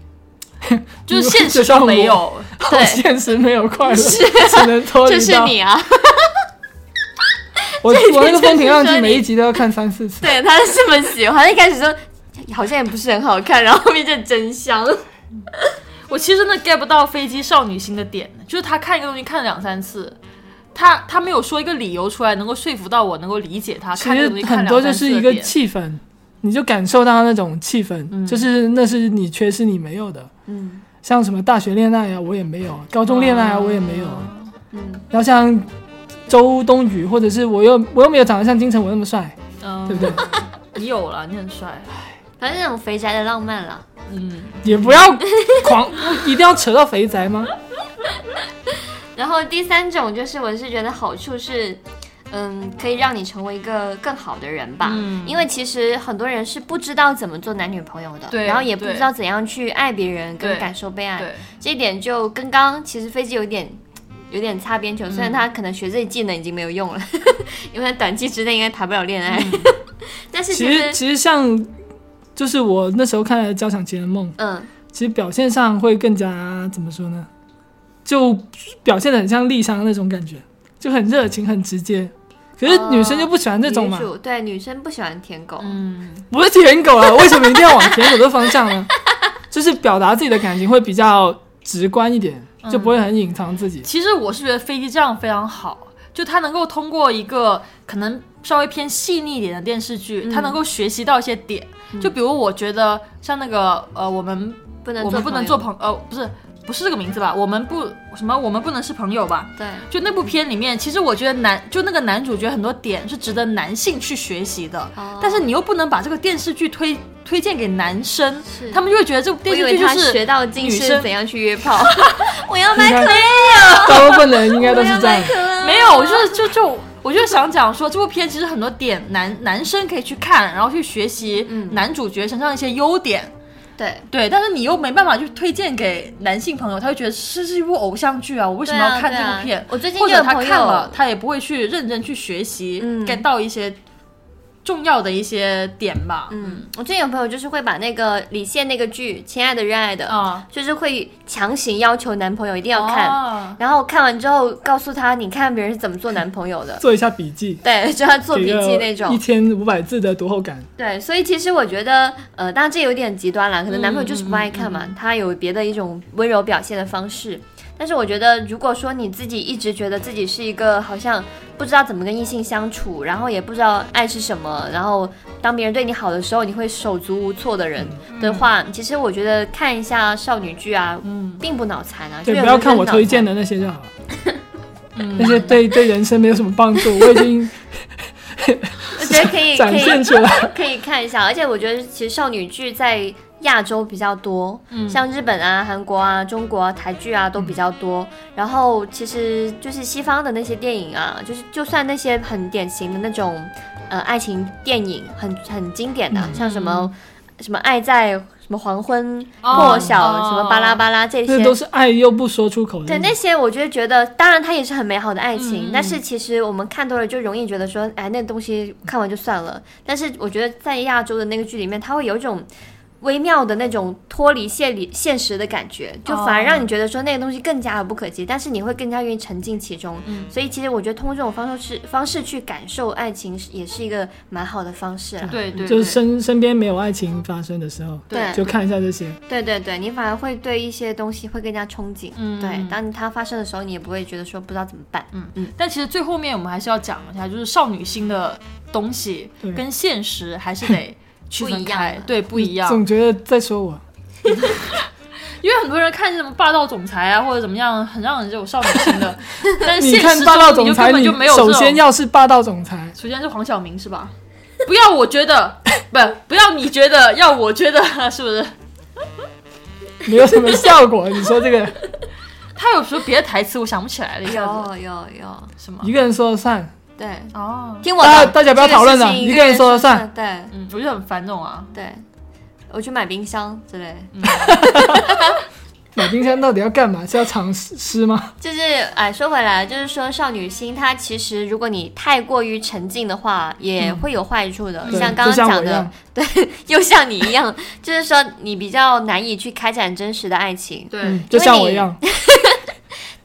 [SPEAKER 1] 就是现实中
[SPEAKER 2] (laughs)
[SPEAKER 1] 没有。
[SPEAKER 3] 我现实没有快乐，
[SPEAKER 1] (laughs)
[SPEAKER 3] 只能脱
[SPEAKER 2] 哦就
[SPEAKER 3] 离
[SPEAKER 2] 是
[SPEAKER 3] 到
[SPEAKER 2] 你啊，
[SPEAKER 3] 我我那个风平浪
[SPEAKER 2] 就是
[SPEAKER 3] 静，
[SPEAKER 2] 你
[SPEAKER 3] 每一集都要看三四次。
[SPEAKER 2] 对他是这么喜欢，一开始说好像也不是很好看，然后后面就真香。
[SPEAKER 1] 我其实真的 get 不到飞机少女心的点，就是他看一个东西看两三次，他他没有说一个理由出来能够说服到我能够理解他 (laughs)
[SPEAKER 3] 其
[SPEAKER 1] 看这个
[SPEAKER 3] 实
[SPEAKER 1] 东西看
[SPEAKER 3] 很
[SPEAKER 1] 两
[SPEAKER 3] 多就
[SPEAKER 1] 三次
[SPEAKER 3] 是一
[SPEAKER 1] 的
[SPEAKER 3] 个
[SPEAKER 1] 点。嗯
[SPEAKER 3] 气氛，你就感受到那种气氛，就是那是你缺失你没有的。
[SPEAKER 2] 嗯
[SPEAKER 3] 像什么大学恋爱啊，我也没有；高中恋爱啊，我也没有。
[SPEAKER 2] 嗯，
[SPEAKER 3] 然后像周冬雨，或者是我又我又没有长得像金城武那么帅，
[SPEAKER 1] 嗯，
[SPEAKER 3] 对不对？
[SPEAKER 1] 你有了，你很帅。
[SPEAKER 2] 反正那种肥宅的浪漫啦。
[SPEAKER 1] 嗯，
[SPEAKER 3] 也不要狂，一定要扯到肥
[SPEAKER 2] (laughs)
[SPEAKER 3] 宅吗？
[SPEAKER 2] 然后第三种就是，我是觉得好处是，嗯，可以让你成为一个更好的人吧。
[SPEAKER 1] 嗯
[SPEAKER 2] 因为其实很多人是不知道怎么做男女朋友的，
[SPEAKER 1] 对
[SPEAKER 2] 然后也不
[SPEAKER 1] 对
[SPEAKER 2] 知道怎样去爱别人跟
[SPEAKER 1] 对
[SPEAKER 2] 感受被爱。
[SPEAKER 1] 对，
[SPEAKER 2] 这一点就跟刚刚其实飞机有点有点擦边
[SPEAKER 1] 嗯
[SPEAKER 2] 球，虽然他可能学这些技能已经没有用了， (laughs) 因为他短期之内应该谈不了恋爱。
[SPEAKER 1] 嗯
[SPEAKER 2] (laughs) 但是
[SPEAKER 3] 其
[SPEAKER 2] 其
[SPEAKER 3] 实
[SPEAKER 2] 实，
[SPEAKER 3] 其实像，就是我那时候看了《交响情人梦》，
[SPEAKER 2] 嗯，
[SPEAKER 3] 其实表现上会更加怎么说呢？就表现的很像丽莎那种感觉，就很热情、很直接。可是女生就不喜欢这种嘛
[SPEAKER 2] 哦女，主对女生不喜欢舔狗，
[SPEAKER 1] 嗯，
[SPEAKER 3] 不是舔狗啊，为什么一定要往舔狗的方向呢？ (laughs) 就是表达自己的感情会比较直观一点，
[SPEAKER 2] 嗯
[SPEAKER 3] 就不会很隐藏自己。
[SPEAKER 1] 其实我是觉得飞机这样非常好，就他能够通过一个可能稍微偏细腻一点的电视
[SPEAKER 2] 嗯
[SPEAKER 1] 剧，他能够学习到一些点。就比如我觉得像那个呃，我们
[SPEAKER 2] 不能
[SPEAKER 1] 我们不能做
[SPEAKER 2] 朋
[SPEAKER 1] 朋呃不是不是这个名字吧？我们不什么我们不能是朋友吧？
[SPEAKER 2] 友对，
[SPEAKER 1] 就那部片里面，其实我觉得男就那个男主角很多点是值得男性去学习的，
[SPEAKER 2] 哦
[SPEAKER 1] 但是你又不能把这个电视剧推推荐给男生，
[SPEAKER 2] 是
[SPEAKER 1] 他们就会觉得这部
[SPEAKER 2] 我
[SPEAKER 1] 电
[SPEAKER 2] 以
[SPEAKER 1] 视
[SPEAKER 2] 为
[SPEAKER 1] 剧就
[SPEAKER 2] 他
[SPEAKER 1] 是
[SPEAKER 2] 学到竟
[SPEAKER 1] 女
[SPEAKER 2] 是
[SPEAKER 1] 生
[SPEAKER 2] 怎样去约 (laughs) 炮，我要 (laughs) 买
[SPEAKER 3] 应该大部分人应该 (laughs) 都是这样。
[SPEAKER 2] 啊
[SPEAKER 1] 没有，我就是就就，我就想讲说，这部片其实很多点男男生可以去看，然后去学习
[SPEAKER 2] 嗯
[SPEAKER 1] 男主角身上一些优点。
[SPEAKER 2] 对。
[SPEAKER 1] 对，但是你又没办法去推荐给男性朋友，他会觉得这是一部偶像剧啊，我为什么
[SPEAKER 2] 对
[SPEAKER 1] 要
[SPEAKER 2] 啊
[SPEAKER 1] 看这
[SPEAKER 2] 对啊
[SPEAKER 1] 部片？
[SPEAKER 2] 我最近
[SPEAKER 1] 或
[SPEAKER 2] 就
[SPEAKER 1] 者
[SPEAKER 2] 有
[SPEAKER 1] 他
[SPEAKER 2] 朋
[SPEAKER 1] 看了
[SPEAKER 2] 友，，
[SPEAKER 1] 他也不会去认真去学习、
[SPEAKER 2] 嗯
[SPEAKER 1] g e t 到一些重要的一些点吧。
[SPEAKER 2] 嗯，我最近有朋友就是会把那个李现那个剧《亲爱的热爱的》
[SPEAKER 1] 啊，
[SPEAKER 2] 就是会强行要求男朋友一定要看，
[SPEAKER 1] 看。
[SPEAKER 2] 然后看完之后告诉他，你看别人是怎么做男朋友的，
[SPEAKER 3] 做一下笔记，
[SPEAKER 2] 对， (laughs) 就要做笔记那
[SPEAKER 3] 一
[SPEAKER 2] 种。啊
[SPEAKER 3] 千五百字的读后感。
[SPEAKER 2] 对，所以其实我觉得，呃，当然这有点极端了，可能男朋友就是不爱看嘛，
[SPEAKER 1] 嗯
[SPEAKER 2] 他有别的一种温柔表现的方式。但是我觉得，如果说你自己一直觉得自己是一个好像不知道怎么跟异性相处，然后也不知道爱是什么，然后当别人对你好的时候，你会手足无措的人
[SPEAKER 3] 嗯
[SPEAKER 2] 的话，其实我觉得看一下少女剧啊，
[SPEAKER 1] 嗯
[SPEAKER 2] 并不脑残啊。
[SPEAKER 3] 对，
[SPEAKER 2] 就有
[SPEAKER 3] 不要
[SPEAKER 2] 人
[SPEAKER 3] 看
[SPEAKER 2] 真
[SPEAKER 3] 我
[SPEAKER 2] 脑
[SPEAKER 3] 推
[SPEAKER 2] 残
[SPEAKER 3] 荐的那些就好了，
[SPEAKER 1] 嗯
[SPEAKER 3] 那些对对人生没有什么帮助，我已经
[SPEAKER 2] 我觉得可以可
[SPEAKER 3] 展
[SPEAKER 2] 以
[SPEAKER 3] 现出来。
[SPEAKER 2] 可以看一下，而且我觉得其实少女剧在亚洲比较多，
[SPEAKER 1] 嗯
[SPEAKER 2] 像日本啊、韩国啊、中国啊、台剧啊都比较多。
[SPEAKER 1] 嗯
[SPEAKER 2] 然后其实就是西方的那些电影啊，就是就算那些很典型的那种呃爱情电影，很很经典
[SPEAKER 1] 嗯
[SPEAKER 2] 的，像什么什么爱在什么黄昏
[SPEAKER 1] 哦
[SPEAKER 2] 破晓、
[SPEAKER 1] 哦
[SPEAKER 2] 什么巴拉巴拉这些
[SPEAKER 3] 那都是爱又不说出口的
[SPEAKER 2] 对
[SPEAKER 3] 那种。
[SPEAKER 2] 那些，我就觉得，当然它也是很美好的爱情，
[SPEAKER 1] 嗯嗯嗯
[SPEAKER 2] 但是其实我们看多了就容易觉得说，哎，那东西看完就算了。但是我觉得在亚洲的那个剧里面，它会有一种微妙的那种脱离现里现实的感觉，就反而
[SPEAKER 1] 哦
[SPEAKER 2] 让你觉得说那个东西更加遥不可及，但是你会更加愿意沉浸其中。
[SPEAKER 1] 嗯
[SPEAKER 2] 所以其实我觉得通过这种方式方式去感受爱情，也是一个蛮好的方式啊啦。
[SPEAKER 1] 哦对对，
[SPEAKER 3] 就
[SPEAKER 1] 对
[SPEAKER 3] 是身身边没有爱情发生的时候，
[SPEAKER 1] 嗯对
[SPEAKER 3] 就看一下这些。
[SPEAKER 2] 对对对，你反而会对一些东西会更加憧憬。
[SPEAKER 1] 嗯
[SPEAKER 2] 对，当它发生的时候，你也不会觉得说不知道怎么办。
[SPEAKER 1] 但其实最后面我们还是要讲一下，就是少女心的东西
[SPEAKER 3] 对
[SPEAKER 1] 跟现实还是
[SPEAKER 3] (laughs)
[SPEAKER 1] 得区分
[SPEAKER 2] 不一
[SPEAKER 1] 开
[SPEAKER 2] 样，
[SPEAKER 1] 对，不一样。
[SPEAKER 3] 总觉得在说我，
[SPEAKER 1] 因为很多人看什么霸道总裁啊，或者怎么样，很让人这种少女心
[SPEAKER 3] (laughs)
[SPEAKER 1] 的。但是
[SPEAKER 3] 你
[SPEAKER 1] 现
[SPEAKER 3] 看
[SPEAKER 1] 实
[SPEAKER 3] 霸道
[SPEAKER 1] 中你
[SPEAKER 3] 总
[SPEAKER 1] 就
[SPEAKER 3] 裁，
[SPEAKER 1] 根本
[SPEAKER 3] 你
[SPEAKER 1] 就没有这种。
[SPEAKER 3] 首先要是霸道总裁， (laughs)
[SPEAKER 1] 首先是黄晓明是吧？不要我觉得， (laughs) 不不要你觉得，要我觉得，是不是？
[SPEAKER 3] 没有什么效果。你说这个
[SPEAKER 1] 他有时候别的台词我想不起来了，一下子
[SPEAKER 2] 有有有，
[SPEAKER 1] 什么？
[SPEAKER 3] 一个人说了算，
[SPEAKER 2] 对，
[SPEAKER 1] 哦，
[SPEAKER 2] 听我
[SPEAKER 3] 大家
[SPEAKER 2] 的，
[SPEAKER 3] 大家不要讨论了，
[SPEAKER 2] 这个事情
[SPEAKER 3] 一个人说了算。
[SPEAKER 2] 算。对
[SPEAKER 1] 嗯，我就很烦这种啊。
[SPEAKER 2] 对，我去买冰箱之类，
[SPEAKER 3] 嗯买冰箱到底要干嘛？是要藏尸吗？
[SPEAKER 2] 就是哎，说回来，就是说少女心，它其实如果你太过于沉浸的话，也会有坏处的。
[SPEAKER 3] 嗯对
[SPEAKER 2] 像刚刚
[SPEAKER 3] 就像
[SPEAKER 2] 讲
[SPEAKER 3] 我一
[SPEAKER 2] 的 (laughs)
[SPEAKER 3] 样，，
[SPEAKER 2] 又像你一样，就是说你比较难以去开展真实的爱情。
[SPEAKER 1] 对
[SPEAKER 3] 嗯，就像我一样。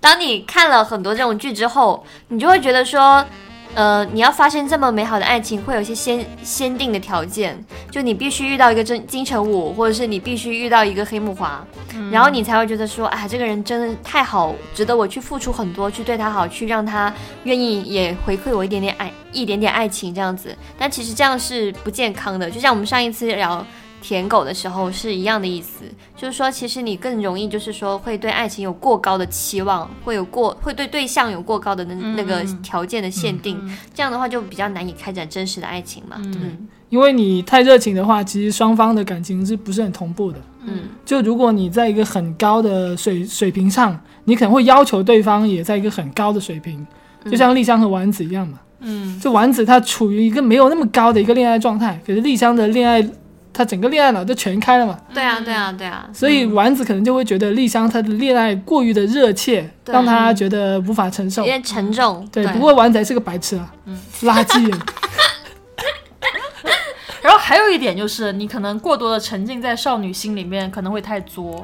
[SPEAKER 2] 当你看了很多这种剧之后，你就会觉得说，呃，你要发生这么美好的爱情，会有一些先先定的条件，就你必须遇到一个真金城武，或者是你必须遇到一个黑木华，然后你才会觉得说，哎，这个人真的太好，值得我去付出很多，去对他好，去让他愿意也回馈我一点点爱，一点点爱情这样子。但其实这样是不健康的，就像我们上一次聊。舔狗的时候是一样的意思，就是说，其实你更容易就是说会对爱情有过高的期望，会有过会对对象有过高的那、那个条件的限定，
[SPEAKER 3] 嗯
[SPEAKER 2] 这样的话就比较难以开展真实的爱情嘛。
[SPEAKER 1] 嗯
[SPEAKER 3] 因为你太热情的话，其实双方的感情是不是很同步的？
[SPEAKER 2] 嗯，
[SPEAKER 3] 就如果你在一个很高的水水平上，你可能会要求对方也在一个很高的水平，就像丽香和丸子一样嘛。
[SPEAKER 1] 嗯
[SPEAKER 3] 就丸子她处于一个没有那么高的一个恋爱状态，可是丽香的恋爱，她整个恋爱脑就全开了嘛，
[SPEAKER 2] 对啊，对啊，对啊，
[SPEAKER 3] 所以丸子可能就会觉得丽香她的恋爱过于的热切，
[SPEAKER 2] 对
[SPEAKER 3] 让她觉得无法承受
[SPEAKER 2] 有。点沉重。
[SPEAKER 3] 对，
[SPEAKER 2] 对
[SPEAKER 3] 不过丸子还是个白痴啊，垃圾。
[SPEAKER 1] 然后还有一点就是，你可能过多的沉浸在少女心里面，可能会太作。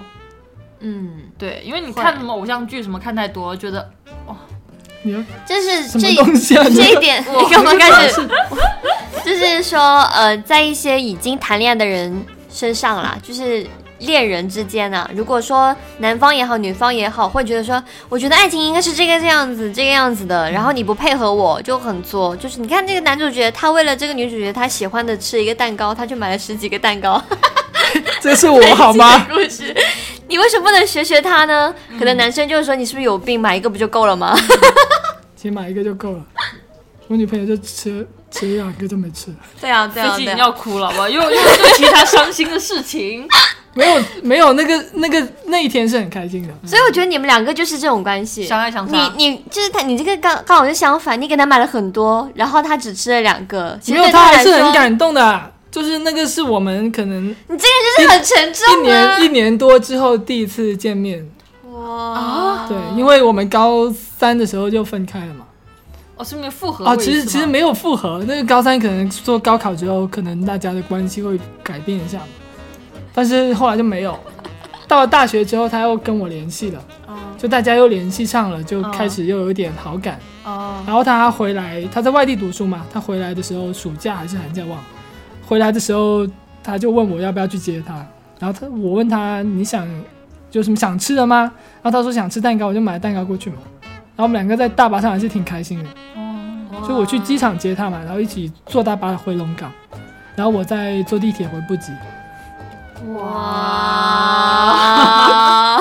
[SPEAKER 4] 嗯，
[SPEAKER 1] 对，因为你
[SPEAKER 4] 会
[SPEAKER 1] 看什么偶像剧什么看太多，觉得
[SPEAKER 3] 你要
[SPEAKER 2] 就是
[SPEAKER 3] 什么
[SPEAKER 2] 这
[SPEAKER 3] 东西啊？你
[SPEAKER 2] 这一点，
[SPEAKER 1] 我
[SPEAKER 2] 你干嘛开始？ (laughs) 就是说，呃，在一些已经谈恋爱的人身上啦，就是恋人之间啊，如果说男方也好，女方也好，会觉得说，我觉得爱情应该是这个这样子，这个样子
[SPEAKER 1] 嗯
[SPEAKER 2] 的，然后你不配合我就很作。就是你看这个男主角，他为了这个女主角他喜欢的吃一个蛋糕，他去买了十几个蛋糕。
[SPEAKER 3] 这是我好吗？
[SPEAKER 2] 故事，你为什么不能学学他呢？可能男生就是说，你是不是有病？买一个不就够了吗？ (laughs)
[SPEAKER 3] 先买一个就够了。我女朋友就吃吃一两个就没吃，
[SPEAKER 4] 对啊，对
[SPEAKER 1] 最
[SPEAKER 2] (laughs)
[SPEAKER 4] 啊，
[SPEAKER 1] 近
[SPEAKER 4] 对啊
[SPEAKER 1] 要，哭了，我又又又提他伤心的事情。 (laughs)
[SPEAKER 3] 没有没有那个那个那一天是很开心的。
[SPEAKER 2] 所以我觉得你们两个就是这种关系，
[SPEAKER 1] 相爱相杀
[SPEAKER 2] 你你就是他，你这个刚刚好就相反，你给他买了很多，然后他只吃了两个，其
[SPEAKER 3] 没
[SPEAKER 2] 实
[SPEAKER 3] 有，
[SPEAKER 2] 对
[SPEAKER 3] 她
[SPEAKER 2] 来
[SPEAKER 3] 还是
[SPEAKER 2] 说
[SPEAKER 3] 很，感动的。啊就是那个是我们可能
[SPEAKER 2] 你这个就是很沉
[SPEAKER 3] 一
[SPEAKER 2] 重啊
[SPEAKER 3] 年。一年多之后第一次见面，
[SPEAKER 4] 哇，
[SPEAKER 3] 对，因为我们高三的时候就分开了嘛。
[SPEAKER 1] 哦，是没有复合
[SPEAKER 3] 啊，
[SPEAKER 1] 过一
[SPEAKER 3] 其实
[SPEAKER 1] 次
[SPEAKER 3] 其实
[SPEAKER 1] 吗
[SPEAKER 3] 没有复合，那个高三可能做高考之后，可能大家的关系会改变一下嘛，但是后来就没有。到了大学之后，他又跟我联系了，
[SPEAKER 1] 哦
[SPEAKER 3] 就大家又联系上了，就开始又有点好感。
[SPEAKER 1] 哦，
[SPEAKER 3] 然后他回来，他在外地读书嘛，他回来的时候，暑假还是寒假忘了，回来的时候他就问我要不要去接他，然后他我问他你想有什么想吃的吗？然后他说想吃蛋糕，我就买蛋糕过去嘛。然后我们两个在大巴上还是挺开心的。就我去机场接他嘛，然后一起坐大巴回龙岗，然后我再坐地铁回布吉。
[SPEAKER 2] 哇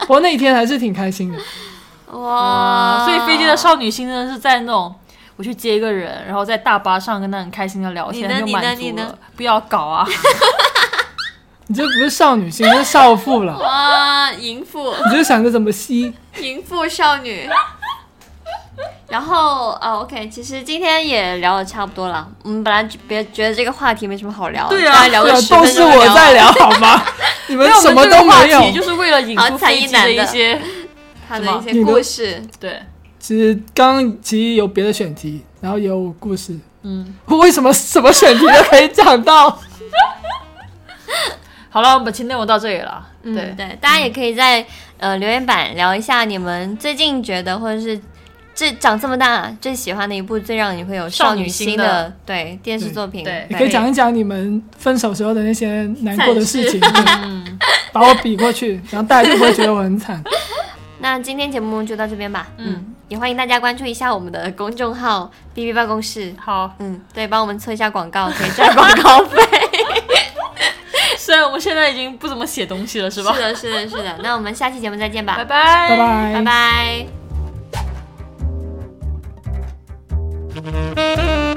[SPEAKER 3] 不过那一天还是挺开心的，
[SPEAKER 4] 啊
[SPEAKER 2] 哇！
[SPEAKER 1] 所以飞机的少女心真的是在那种我去接一个人，然后在大巴上跟他很开心的聊天
[SPEAKER 4] 你呢
[SPEAKER 1] 就
[SPEAKER 4] 你呢
[SPEAKER 1] 满
[SPEAKER 4] 你
[SPEAKER 1] 足
[SPEAKER 4] 呢
[SPEAKER 1] 了。不要搞
[SPEAKER 3] (laughs)
[SPEAKER 1] 啊！
[SPEAKER 3] 你这不是少女心，这是少妇了。
[SPEAKER 4] 哇，淫妇，
[SPEAKER 3] 你就想着怎么吸，
[SPEAKER 4] 淫妇少女，
[SPEAKER 2] (laughs) 然后啊，OK，其实今天也聊的差不多了，我们本来就别觉得这个话题没什么好聊，
[SPEAKER 1] 对啊
[SPEAKER 2] 大概聊
[SPEAKER 3] 对
[SPEAKER 2] 个
[SPEAKER 3] 啊
[SPEAKER 2] 十，分
[SPEAKER 3] 都
[SPEAKER 2] 钟
[SPEAKER 3] 是
[SPEAKER 2] 就
[SPEAKER 3] 我
[SPEAKER 2] 聊
[SPEAKER 3] 在
[SPEAKER 2] 完
[SPEAKER 3] 聊好 (laughs) 吗？你们
[SPEAKER 1] 没有
[SPEAKER 3] 什么都
[SPEAKER 1] 我们这
[SPEAKER 3] 没
[SPEAKER 1] 个话题
[SPEAKER 3] 有。
[SPEAKER 1] 就是为了引
[SPEAKER 2] 好
[SPEAKER 4] 啊
[SPEAKER 1] 出
[SPEAKER 2] 才
[SPEAKER 1] 飞
[SPEAKER 2] 艺
[SPEAKER 1] 机
[SPEAKER 2] 男
[SPEAKER 1] 的一
[SPEAKER 4] (laughs)
[SPEAKER 2] 的
[SPEAKER 1] 些
[SPEAKER 4] 她的
[SPEAKER 1] 什么
[SPEAKER 4] 一些故事，
[SPEAKER 1] 对，
[SPEAKER 3] 其实刚刚其实有别的选题，然后也有故事。
[SPEAKER 1] 嗯，
[SPEAKER 3] 为什么什么选题都可以讲 (laughs) 到？
[SPEAKER 1] 好了，我们本期内容到这里了。
[SPEAKER 2] 嗯，
[SPEAKER 1] 对，
[SPEAKER 2] 对，大家也可以在呃留言板聊一下你们最近觉得或者是这长这么大最喜欢的一部最让你会有
[SPEAKER 1] 少
[SPEAKER 2] 少
[SPEAKER 1] 女
[SPEAKER 2] 女
[SPEAKER 1] 心
[SPEAKER 2] 心
[SPEAKER 1] 的
[SPEAKER 2] 的对电视作品，
[SPEAKER 1] 对
[SPEAKER 3] 也可以讲一讲你们分手时候的那些难过的事情，
[SPEAKER 1] 嗯
[SPEAKER 3] 把我比过去，然后大家就不会觉得我很惨。
[SPEAKER 2] 那今天节目就到这边吧，
[SPEAKER 1] 嗯，
[SPEAKER 2] 也欢迎大家关注一下我们的公众号 B B 办公室。
[SPEAKER 1] 好。
[SPEAKER 2] 嗯，对，帮我们测一下广告，可以赚广告费。
[SPEAKER 1] 虽然我们现在已经不怎么写东西了， (laughs) 是吧？
[SPEAKER 2] 是的，是的，是的。那我们下期节目再见吧，
[SPEAKER 1] 拜
[SPEAKER 3] 拜
[SPEAKER 1] 拜
[SPEAKER 3] 拜，
[SPEAKER 2] 拜拜